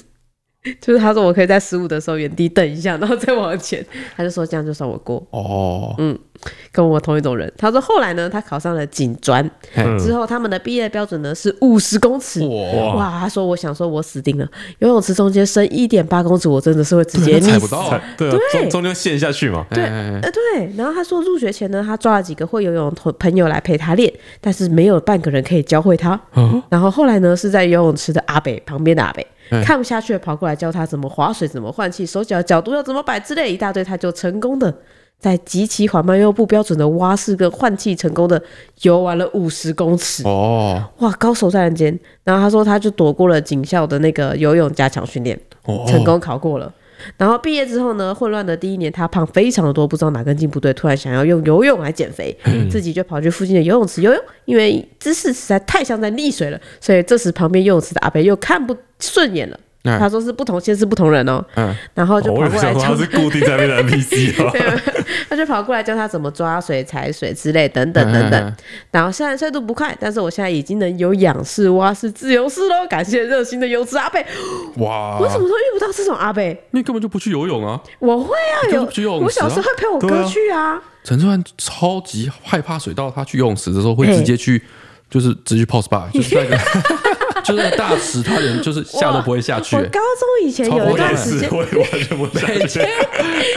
Speaker 1: [laughs] 就是他说我可以在十五的时候原地蹬一下，然后再往前，他就说这样就算我过。
Speaker 2: 哦，
Speaker 1: 嗯跟我同一种人。他说后来呢，他考上了警专，
Speaker 2: 嘿
Speaker 3: 嗯
Speaker 1: 之后他们的毕业标准呢是五十公尺。
Speaker 2: 哇，
Speaker 1: 哇！他说：“我想说，我死定了。游泳池中间深一点八公尺，我真的是会直接
Speaker 2: 那 [laughs] 踩
Speaker 1: miss
Speaker 2: 不到啊！
Speaker 3: 对啊，中中间陷下去嘛，
Speaker 1: 对，
Speaker 2: 哎
Speaker 1: 呃，对。然后他说，入学前呢，他抓了几个会游泳的同朋友来陪他练，但是没有半个人可以教会他。
Speaker 2: 啊
Speaker 1: 然后后来呢，是在游泳池的阿北旁边的阿北、
Speaker 2: 嗯
Speaker 1: 看不下去了，跑过来教他怎么划水、怎么换气、手脚角度要怎么摆之类一大堆，他就成功的在极其缓慢又不标准的蛙式跟换气成功的游完了五十公尺，
Speaker 2: 哦
Speaker 1: 哇，高手在人间。然后他说，他就躲过了警校的那个游泳加强训练，
Speaker 2: 哦，
Speaker 1: 成功考过了。然后毕业之后呢，混乱的第一年，他胖非常的多，不知道哪根筋不对，突然想要用游泳来减肥，
Speaker 2: 嗯
Speaker 1: 自己就跑去附近的游泳池游泳，因为姿势实在太像在溺水了，所以这时旁边游泳池的阿北又看不顺眼了，
Speaker 2: 嗯
Speaker 1: 他说是不同县是不同人哦，
Speaker 2: 嗯
Speaker 1: 然后就
Speaker 3: 哦
Speaker 1: 跑
Speaker 3: 我
Speaker 1: 过
Speaker 3: 有
Speaker 1: 来
Speaker 3: 想
Speaker 1: 教他
Speaker 3: 说
Speaker 1: [laughs]
Speaker 3: 他是固定在那边的 NPC 啊，
Speaker 1: 他就跑过来教他怎么抓水、踩水之类，等等等
Speaker 2: 嗯嗯嗯
Speaker 1: 等。然后虽然深度不快，但是我现在已经能有仰式、蛙式、自由式喽，感谢热心的游池阿贝。
Speaker 2: 哇！
Speaker 1: 我怎么都遇不到这种阿贝？
Speaker 2: 你根本就不去游泳啊？
Speaker 1: 我会啊，
Speaker 2: 你根本
Speaker 1: 有
Speaker 2: 不去游泳池啊
Speaker 1: 我小时候会陪我
Speaker 3: 对啊
Speaker 1: 哥去啊。
Speaker 2: 陈志安超级害怕水到他去游泳池的时候会
Speaker 1: 嗯
Speaker 2: 直接去，就是直接去 pose
Speaker 1: [laughs]
Speaker 2: bar，就是那个 [laughs] 就是那个大池，他连就是下都不会下去
Speaker 1: 我。高中以前有一
Speaker 3: 我
Speaker 1: 段
Speaker 3: 也
Speaker 1: 时
Speaker 2: [laughs]
Speaker 3: 是，
Speaker 1: 间，
Speaker 3: 我也完全不下去。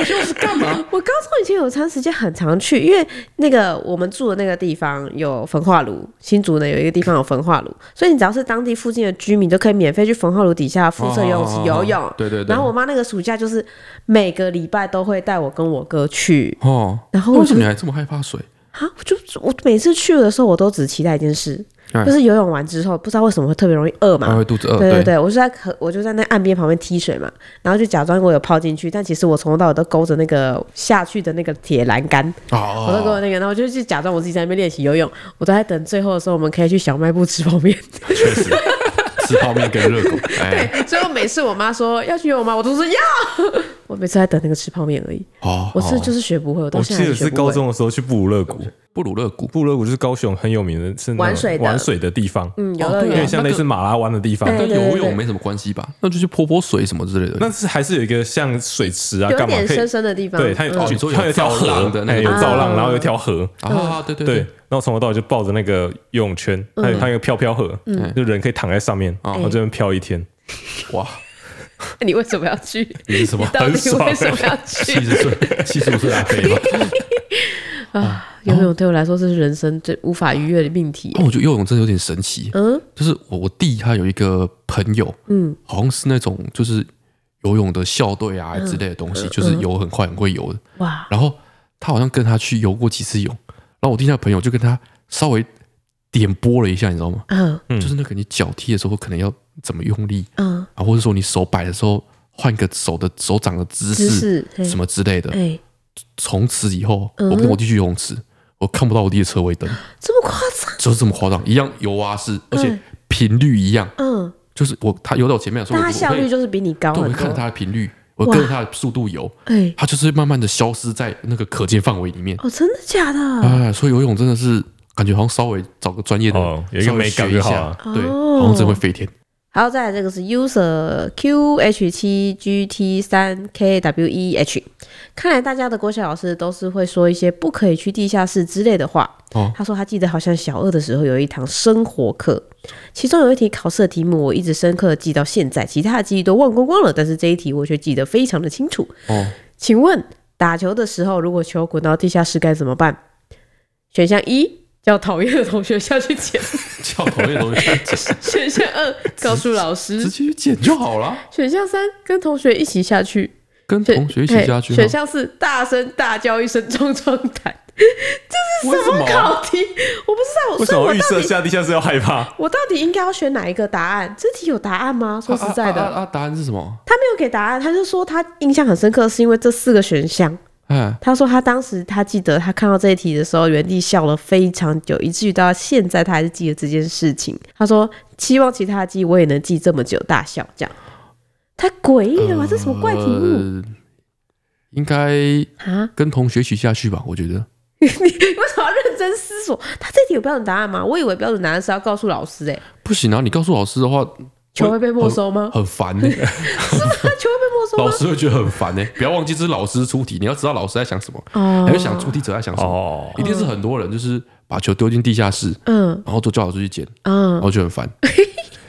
Speaker 2: 就是干嘛？
Speaker 1: [laughs] 我高中以前有长时间很常去，因为那个我们住的那个地方有焚化炉，新竹呢有一个地方有焚化炉，所以你只要是当地附近的居民，都可以免费去焚化炉底下附设游泳池游泳。
Speaker 2: 哦哦哦哦对对对
Speaker 1: 然后我妈那个暑假就是每个礼拜都会带我跟我哥去，
Speaker 2: 哦，
Speaker 1: 然后
Speaker 2: 为
Speaker 1: 我
Speaker 2: 什
Speaker 1: 就
Speaker 2: 么你还这么害怕水？
Speaker 1: 啊，我就我每次去的时候，我都只期待一件事，
Speaker 2: 嗯
Speaker 1: 就是游泳完之后，不知道为什么会特别容易饿嘛，
Speaker 2: 还会肚子
Speaker 3: 嗯
Speaker 2: 饿？
Speaker 1: 对对，对，我就在可我就在那岸边旁边踢水嘛，然后就假装我有泡进去，但其实我从头到尾都勾着那个下去的那个铁栏杆，我都勾
Speaker 2: 哦，
Speaker 1: 着那个，然后我就去假装我自己在那边练习游泳，我都在等最后的时候我们可以去小卖部吃泡面。 [laughs]
Speaker 2: 确实吃泡面跟热狗。哎，
Speaker 1: 所以我每次我妈说要去游泳吗，我都说要， [laughs] 我每次在等那个吃泡面而已，
Speaker 2: 哦，
Speaker 1: 我是
Speaker 2: 哦
Speaker 1: 就是学不会，我到
Speaker 3: 我
Speaker 1: 现
Speaker 3: 记
Speaker 1: 在还
Speaker 3: 得
Speaker 1: 学
Speaker 3: 是
Speaker 1: 不
Speaker 3: 高
Speaker 1: 会。
Speaker 3: 中的时候去布鲁勒谷，
Speaker 2: 布鲁勒谷
Speaker 3: 布鲁勒谷就是高雄很有名的，是那种
Speaker 1: 玩水的
Speaker 3: 玩水的地方，
Speaker 1: 嗯，游
Speaker 2: 哦
Speaker 1: 乐
Speaker 2: 对
Speaker 3: 有
Speaker 1: 园
Speaker 2: 啊
Speaker 3: 点像类似马拉湾的地方。
Speaker 1: 对
Speaker 2: 跟
Speaker 1: 对对
Speaker 2: 游泳没什么关系吧？那就去泼泼水什么之类的。
Speaker 3: 那是还是有一个像水池啊，
Speaker 1: 有一
Speaker 3: 干嘛
Speaker 1: 点
Speaker 3: 可
Speaker 1: 深
Speaker 3: 以？
Speaker 1: 深的地方，
Speaker 3: 对，它有
Speaker 2: 哦
Speaker 1: 嗯
Speaker 2: 你说有
Speaker 3: 它有一条
Speaker 2: 造
Speaker 3: 河
Speaker 2: 浪的那
Speaker 3: 哎
Speaker 2: 个
Speaker 3: 有
Speaker 2: 地
Speaker 3: 造
Speaker 1: 方
Speaker 3: 浪，然后有一条河，
Speaker 2: 啊，对
Speaker 1: 嗯
Speaker 2: 对
Speaker 3: 对，然后从头到尾就抱着那个游泳圈，还有它有一个飘飘盒，
Speaker 1: 嗯
Speaker 3: 就人可以躺在上面，然后这边飘一天，
Speaker 2: 哇，
Speaker 1: 那 [laughs] 你为什么要去？
Speaker 3: [laughs]
Speaker 2: 你是什么
Speaker 1: 你 [laughs] 到
Speaker 3: 很
Speaker 1: 底
Speaker 3: 爽欸
Speaker 1: 为什么
Speaker 3: [laughs]
Speaker 1: 要
Speaker 2: 七
Speaker 1: 去
Speaker 2: 十岁，七十五岁阿 [laughs] 飞吗？
Speaker 1: 啊？游泳对我来说是人生最无法逾越的命题。欸
Speaker 2: 哦那我觉得游泳真的有点神奇。
Speaker 1: 嗯，
Speaker 2: 就是我我弟他有一个朋友，嗯，好像是那种就是游泳的校队啊
Speaker 1: 嗯
Speaker 2: 之类的东西，就是游很快很会游的。
Speaker 1: 哇，
Speaker 2: 然后他好像跟他去游过几次泳，然后我弟那朋友就跟他稍微点拨了一下，你知道吗？
Speaker 1: 嗯
Speaker 3: 嗯
Speaker 2: 就是那个你脚踢的时候可能要怎么用力
Speaker 1: 嗯，
Speaker 2: 啊，或者说你手摆的时候换个手的手掌的姿
Speaker 1: 姿
Speaker 2: 势
Speaker 1: 势嘿
Speaker 2: 什么之类的。
Speaker 1: 哎，
Speaker 2: 从此以后，
Speaker 1: 嗯
Speaker 2: 我跟我弟去游泳池，我看不到我弟的车尾灯，
Speaker 1: 这么夸张？
Speaker 2: 就是这么夸张，一样游蛙式，而且
Speaker 1: 嗯
Speaker 2: 频率一样。
Speaker 1: 嗯，
Speaker 2: 就是我他游到我前面的时候，
Speaker 1: 但
Speaker 2: 我
Speaker 1: 它
Speaker 2: 我
Speaker 1: 效率
Speaker 2: 会
Speaker 1: 就是比你高
Speaker 2: 对，我
Speaker 1: 很
Speaker 2: 会看着
Speaker 1: 多。
Speaker 2: 它的频率，我跟着它的速度游，
Speaker 1: 哎，
Speaker 2: 它就是慢慢的消失在那个可见范围里面。
Speaker 1: 哦，真的假的？
Speaker 2: 哎，所以游泳真的是感觉好像稍微找个专业的
Speaker 3: 哦有一个
Speaker 2: 稍微
Speaker 3: 美感
Speaker 2: 学一
Speaker 3: 就好
Speaker 2: 下
Speaker 3: 了，
Speaker 2: 对，
Speaker 1: 哦
Speaker 2: 好像真会飞天。
Speaker 1: 好，再来这个是 user q h 七 g t 三 k w e h，看来大家的国小老师都是会说一些不可以去地下室之类的话。
Speaker 2: 哦
Speaker 1: 他说他记得好像小二的时候有一堂生活课，其中有一题考试的题目我一直深刻地记到现在，其他的记忆都忘光光了，但是这一题我却记得非常的清楚。
Speaker 2: 哦，
Speaker 1: 请问打球的时候，如果球滚到地下室该怎么办？选项一叫讨厌的同学下去捡；
Speaker 2: 叫讨厌的东西
Speaker 1: 选项二告诉老
Speaker 2: 直
Speaker 1: 师；
Speaker 2: 接去捡就好了，
Speaker 1: 选项三跟同学一起下去；
Speaker 2: 跟
Speaker 1: 选
Speaker 2: 同学一起下去
Speaker 1: 嘿
Speaker 2: 吗。
Speaker 1: 选项四大声大叫一声撞撞弹。
Speaker 2: 为什么啊？
Speaker 1: 考题我不知道，
Speaker 3: 为什
Speaker 1: 所以
Speaker 3: 么
Speaker 1: 我
Speaker 3: 预
Speaker 1: 到
Speaker 3: 设
Speaker 1: 底
Speaker 3: 下地下室要害怕？
Speaker 1: 我到底应该要选哪一个答案？这题有答案吗？说实在的，
Speaker 2: 啊啊啊啊答案是什么？
Speaker 1: 他没有给答案，他就说他印象很深刻，是因为这四个选项。
Speaker 2: 哎，
Speaker 1: 他说他当时他记得他看到这一题的时候，原地笑了非常久，以至于到现在他还是记得这件事情。他说希望其他的记我也能记这么久，大笑这样。太诡异了吧？这什么怪题目
Speaker 2: 呃？应该
Speaker 1: 啊？
Speaker 2: 跟同学一起下去吧，我觉得。
Speaker 1: 你为什么要认真思索？他这题有标准答案吗？我以为标准答案是要告诉老师、欸，哎，
Speaker 2: 不行啊！你告诉老师的话，
Speaker 1: 球会被没收吗？
Speaker 2: 很烦呢、
Speaker 1: 他球会被没收
Speaker 2: 老
Speaker 1: 吗？
Speaker 2: 师会觉得很烦呢、不要忘记这是老师出题，你要知道老师在想什么，
Speaker 1: 哦
Speaker 2: 还有想出题者在想什么。
Speaker 3: 哦，
Speaker 2: 一定是很多人就是把球丢进地下室，
Speaker 1: 嗯
Speaker 2: 然后就叫老师去捡，然
Speaker 1: 嗯，
Speaker 2: 后就很烦。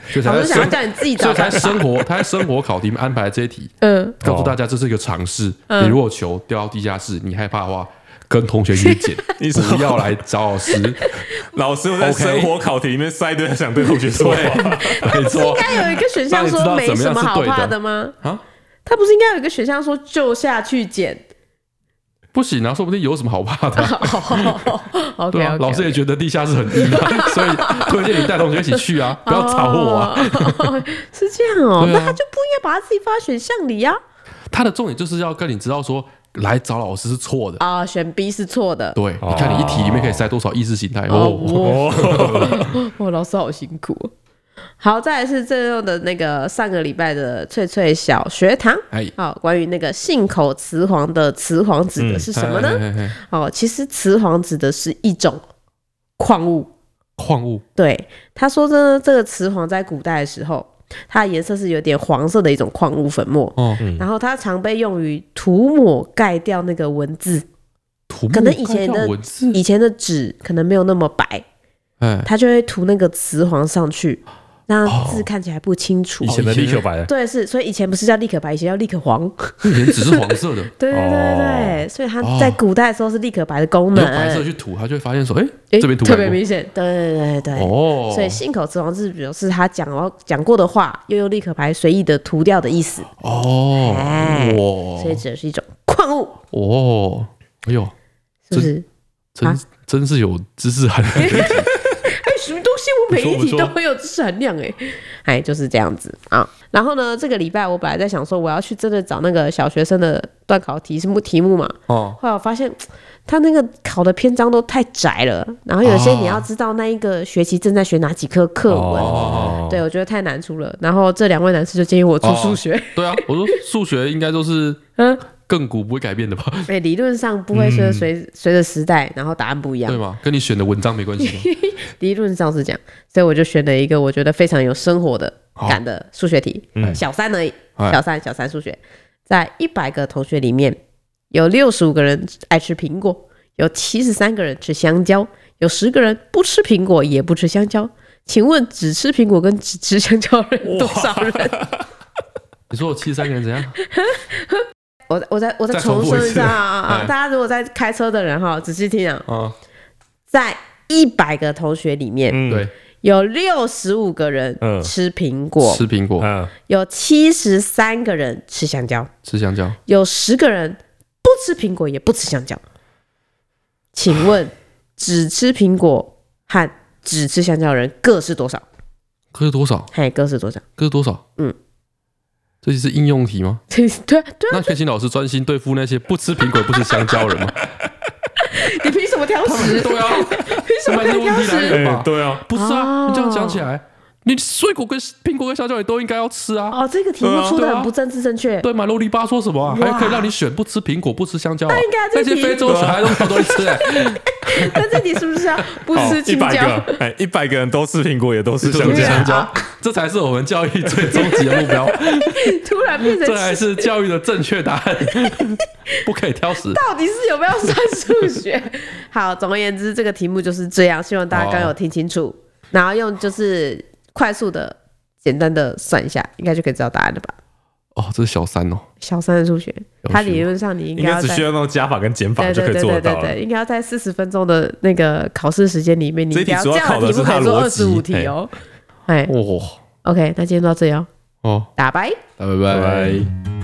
Speaker 2: 所以才
Speaker 1: 老
Speaker 2: 在
Speaker 1: 师想要
Speaker 2: 生，
Speaker 1: 叫你自己
Speaker 2: 所
Speaker 1: 找答
Speaker 2: 以才
Speaker 1: 案。
Speaker 2: 生活，他在生活考题安排这些题，
Speaker 1: 嗯，
Speaker 2: 告诉大家这是一个尝试。你如果球掉到地下室，你害怕的话，跟同学去捡，
Speaker 3: 你说
Speaker 2: 不要来找老师。
Speaker 3: 老师我在
Speaker 2: OK
Speaker 3: 生活考题里面塞一堆想对同学说的话，
Speaker 2: 没
Speaker 1: 应
Speaker 2: 错
Speaker 1: 该有一个选项说没什么好怕的吗？
Speaker 2: 啊，
Speaker 1: 他不是应该有一个选项说就下去捡？
Speaker 2: 不行啊，说不定有什么好怕的啊。
Speaker 1: OK
Speaker 2: 对啊，
Speaker 1: OK，
Speaker 2: 老师也觉得地下室很阴啊，所以推荐你带同学一起去啊，不要找我啊。
Speaker 1: 哦， [laughs] 是这样哦，
Speaker 2: 对啊
Speaker 1: 那他就不应该把他自己放在选项里啊呀。
Speaker 2: 他的重点就是要跟你知道说，来找老师是错的。
Speaker 1: 啊，选 B 是错的。
Speaker 2: 对，你看你一题里面可以塞多少意识形态
Speaker 1: 哦，
Speaker 2: 哦。
Speaker 1: 我我老师好辛苦哦。好，再来是最后的那个上个礼拜的翠翠小学堂。
Speaker 2: 哎，
Speaker 1: 好、关于那个信口雌黄的雌黄指的是什么呢？
Speaker 2: 哎？哎哎哎
Speaker 1: 哦，其实雌黄指的是一种矿物。
Speaker 2: 矿物
Speaker 1: 对，他说呢，这个雌黄在古代的时候，它的颜色是有点黄色的一种矿物粉末，
Speaker 2: 哦，
Speaker 1: 然后它常被用于涂抹盖掉那个文字。
Speaker 2: 土木
Speaker 1: 可能以前的
Speaker 2: 盖掉文字，
Speaker 1: 以前的纸可能没有那么白，
Speaker 2: 哎，
Speaker 1: 它就会涂那个雌黄上去，让字看起来不清楚。
Speaker 2: 哦
Speaker 3: 以前的立刻白，
Speaker 1: 对，是，所以以前不是叫立可白，以前叫立可
Speaker 2: [laughs]
Speaker 1: 黄。
Speaker 2: 以前只是黄色
Speaker 1: [laughs]
Speaker 2: 的，
Speaker 1: 对对对对，所以它在古代的时候是立可白的功
Speaker 2: 用
Speaker 1: 能，
Speaker 2: 白色去涂，他就会发现说，哎，
Speaker 1: 诶
Speaker 2: 哦这边涂
Speaker 1: 特
Speaker 2: 改
Speaker 1: 别
Speaker 2: 过
Speaker 1: 明显。对对对对。
Speaker 2: 哦，
Speaker 1: 所以信口雌黄是表示他讲了讲过的话，又用立可白随意的涂掉的意思，哎
Speaker 2: 哦，
Speaker 1: 所以指的是一种矿物，
Speaker 2: 哇，哦，哎呦，
Speaker 1: 是不是？
Speaker 2: 真
Speaker 1: 啊 [laughs]
Speaker 2: 真是有知识含量的一题，
Speaker 1: 哎，什么东西我每一
Speaker 3: 不错
Speaker 1: 题
Speaker 3: 不
Speaker 1: 都
Speaker 3: 错
Speaker 1: 会有知识含量哎，哎就是这样子啊。然后呢，这个礼拜我本来在想说我要去真的找那个小学生的段考题什么题目嘛，
Speaker 3: 哦，
Speaker 1: 后来我发现他那个考的篇章都太窄了，然后有些
Speaker 3: 哦
Speaker 1: 你要知道那一个学期正在学哪几科课文，
Speaker 3: 哦
Speaker 1: 对我觉得太难出了。然后这两位男士就建议我出
Speaker 2: 哦
Speaker 1: 数学， [laughs]
Speaker 2: 对啊，我说数学应该都是
Speaker 1: 嗯
Speaker 2: 亘古不会改变
Speaker 1: [laughs]
Speaker 2: 的吧？
Speaker 1: 哎、理论上不会随
Speaker 3: 嗯
Speaker 1: 着随、随着时代，然后答案不一样
Speaker 2: 对，吗？跟你选的文章没关系吗？
Speaker 1: 理论上是这样，所以我就选了一个我觉得非常有生活的
Speaker 2: 好
Speaker 1: 感的数学题，
Speaker 3: 嗯
Speaker 1: 小三而已，
Speaker 2: 哎
Speaker 1: 小三小三数学，在一百个同学里面，有六十五个人爱吃苹果，有七十三个人吃香蕉，有十个人不吃苹果也不吃香蕉。请问只吃苹果跟只吃香蕉的人多少人？
Speaker 2: 你说我七十三个人怎样？
Speaker 1: 我我再我再
Speaker 2: 再
Speaker 1: 重
Speaker 2: 重复
Speaker 1: 申
Speaker 2: 一次
Speaker 1: 一下啊啊！啊
Speaker 2: 哎
Speaker 1: 大家如果在开车的人哈，仔细听啊，
Speaker 2: 啊，
Speaker 1: 在一百个同学里面，
Speaker 3: 嗯，
Speaker 2: 对，，
Speaker 1: 有六十五个人
Speaker 3: 嗯
Speaker 1: 吃苹果，
Speaker 2: 吃苹果，
Speaker 3: 嗯，
Speaker 1: 有七十三个人吃香蕉，
Speaker 2: 吃香蕉，
Speaker 1: 有十个人不吃苹果也不吃香蕉。请
Speaker 2: [sighs]
Speaker 1: 问，只吃苹果和只吃香蕉的人各是多少？
Speaker 2: 各是多少？
Speaker 1: 嘿，各是多少？
Speaker 2: 各是多少？
Speaker 1: 嗯，
Speaker 2: 这就是应用题吗？
Speaker 1: 对对啊对啊，
Speaker 2: 那可心老师专心对付那些不吃苹果、不吃香蕉的人吗？
Speaker 1: [laughs] 你凭什么挑食？
Speaker 2: 对啊，
Speaker 1: [laughs] 凭什么
Speaker 2: 这还
Speaker 1: 挑
Speaker 2: 是问题来
Speaker 1: 食
Speaker 2: 源？
Speaker 3: 哎，对啊，
Speaker 2: 不是
Speaker 1: 哦
Speaker 2: 啊，你这样讲起来，你水果跟苹果跟香蕉你都应该要吃啊。
Speaker 1: 哦，这个题目出
Speaker 2: 对
Speaker 1: 的
Speaker 2: 啊
Speaker 1: 很不政治正确。
Speaker 2: 对嘛，啰里吧嗦什么啊？
Speaker 1: 哇
Speaker 2: 还可以让你选不吃苹果、不吃香蕉啊？
Speaker 1: 应该这
Speaker 2: 那
Speaker 1: 题
Speaker 2: 些非洲小孩都好多吃哎，
Speaker 1: 那这题是不是要不
Speaker 2: 哦
Speaker 1: 吃
Speaker 3: 哦一
Speaker 1: 青
Speaker 3: 百
Speaker 1: 椒？
Speaker 3: 个，哎，一百个人都吃苹果，也都吃香
Speaker 2: 都吃
Speaker 3: 蕉
Speaker 2: 香，蕉，这才是我们教育最终极的目标，
Speaker 1: [laughs] 突然变成
Speaker 2: 这才是教育的正确答案，不可以挑食。
Speaker 1: 到底是有没有算数 [laughs] 学？好，总而言之，这个题目就是这样，希望大家刚有听清楚，然后用就是快速的、简单的算一下，应该就可以知道答案了吧？
Speaker 2: 哦，这是小三哦，
Speaker 1: 小三的数学，
Speaker 2: 有趣
Speaker 1: 它理论上你应
Speaker 3: 应
Speaker 1: 该要
Speaker 3: 该只需
Speaker 1: 在
Speaker 3: 要那种加法跟减法
Speaker 1: 对
Speaker 3: 就
Speaker 1: 对
Speaker 3: 可以
Speaker 1: 对
Speaker 3: 做
Speaker 1: 对
Speaker 3: 得
Speaker 1: 对
Speaker 3: 到
Speaker 1: 对，
Speaker 3: 了。
Speaker 1: 应该要在四十分钟的那个考试时间里面，你
Speaker 3: 这一
Speaker 1: 不
Speaker 3: 题
Speaker 1: 要
Speaker 3: 主
Speaker 1: 这
Speaker 3: 要
Speaker 1: 样
Speaker 3: 考的
Speaker 1: 题目
Speaker 3: 是
Speaker 1: 可
Speaker 3: 它
Speaker 1: 以
Speaker 3: 的
Speaker 1: 做
Speaker 3: 逻
Speaker 1: 二十五
Speaker 3: 辑
Speaker 1: 题哦。哎
Speaker 2: 哇
Speaker 1: ，OK，那今天到这里哦，
Speaker 2: 哦，
Speaker 1: 打拜。
Speaker 2: 那拜
Speaker 3: 拜
Speaker 2: 拜
Speaker 3: 拜。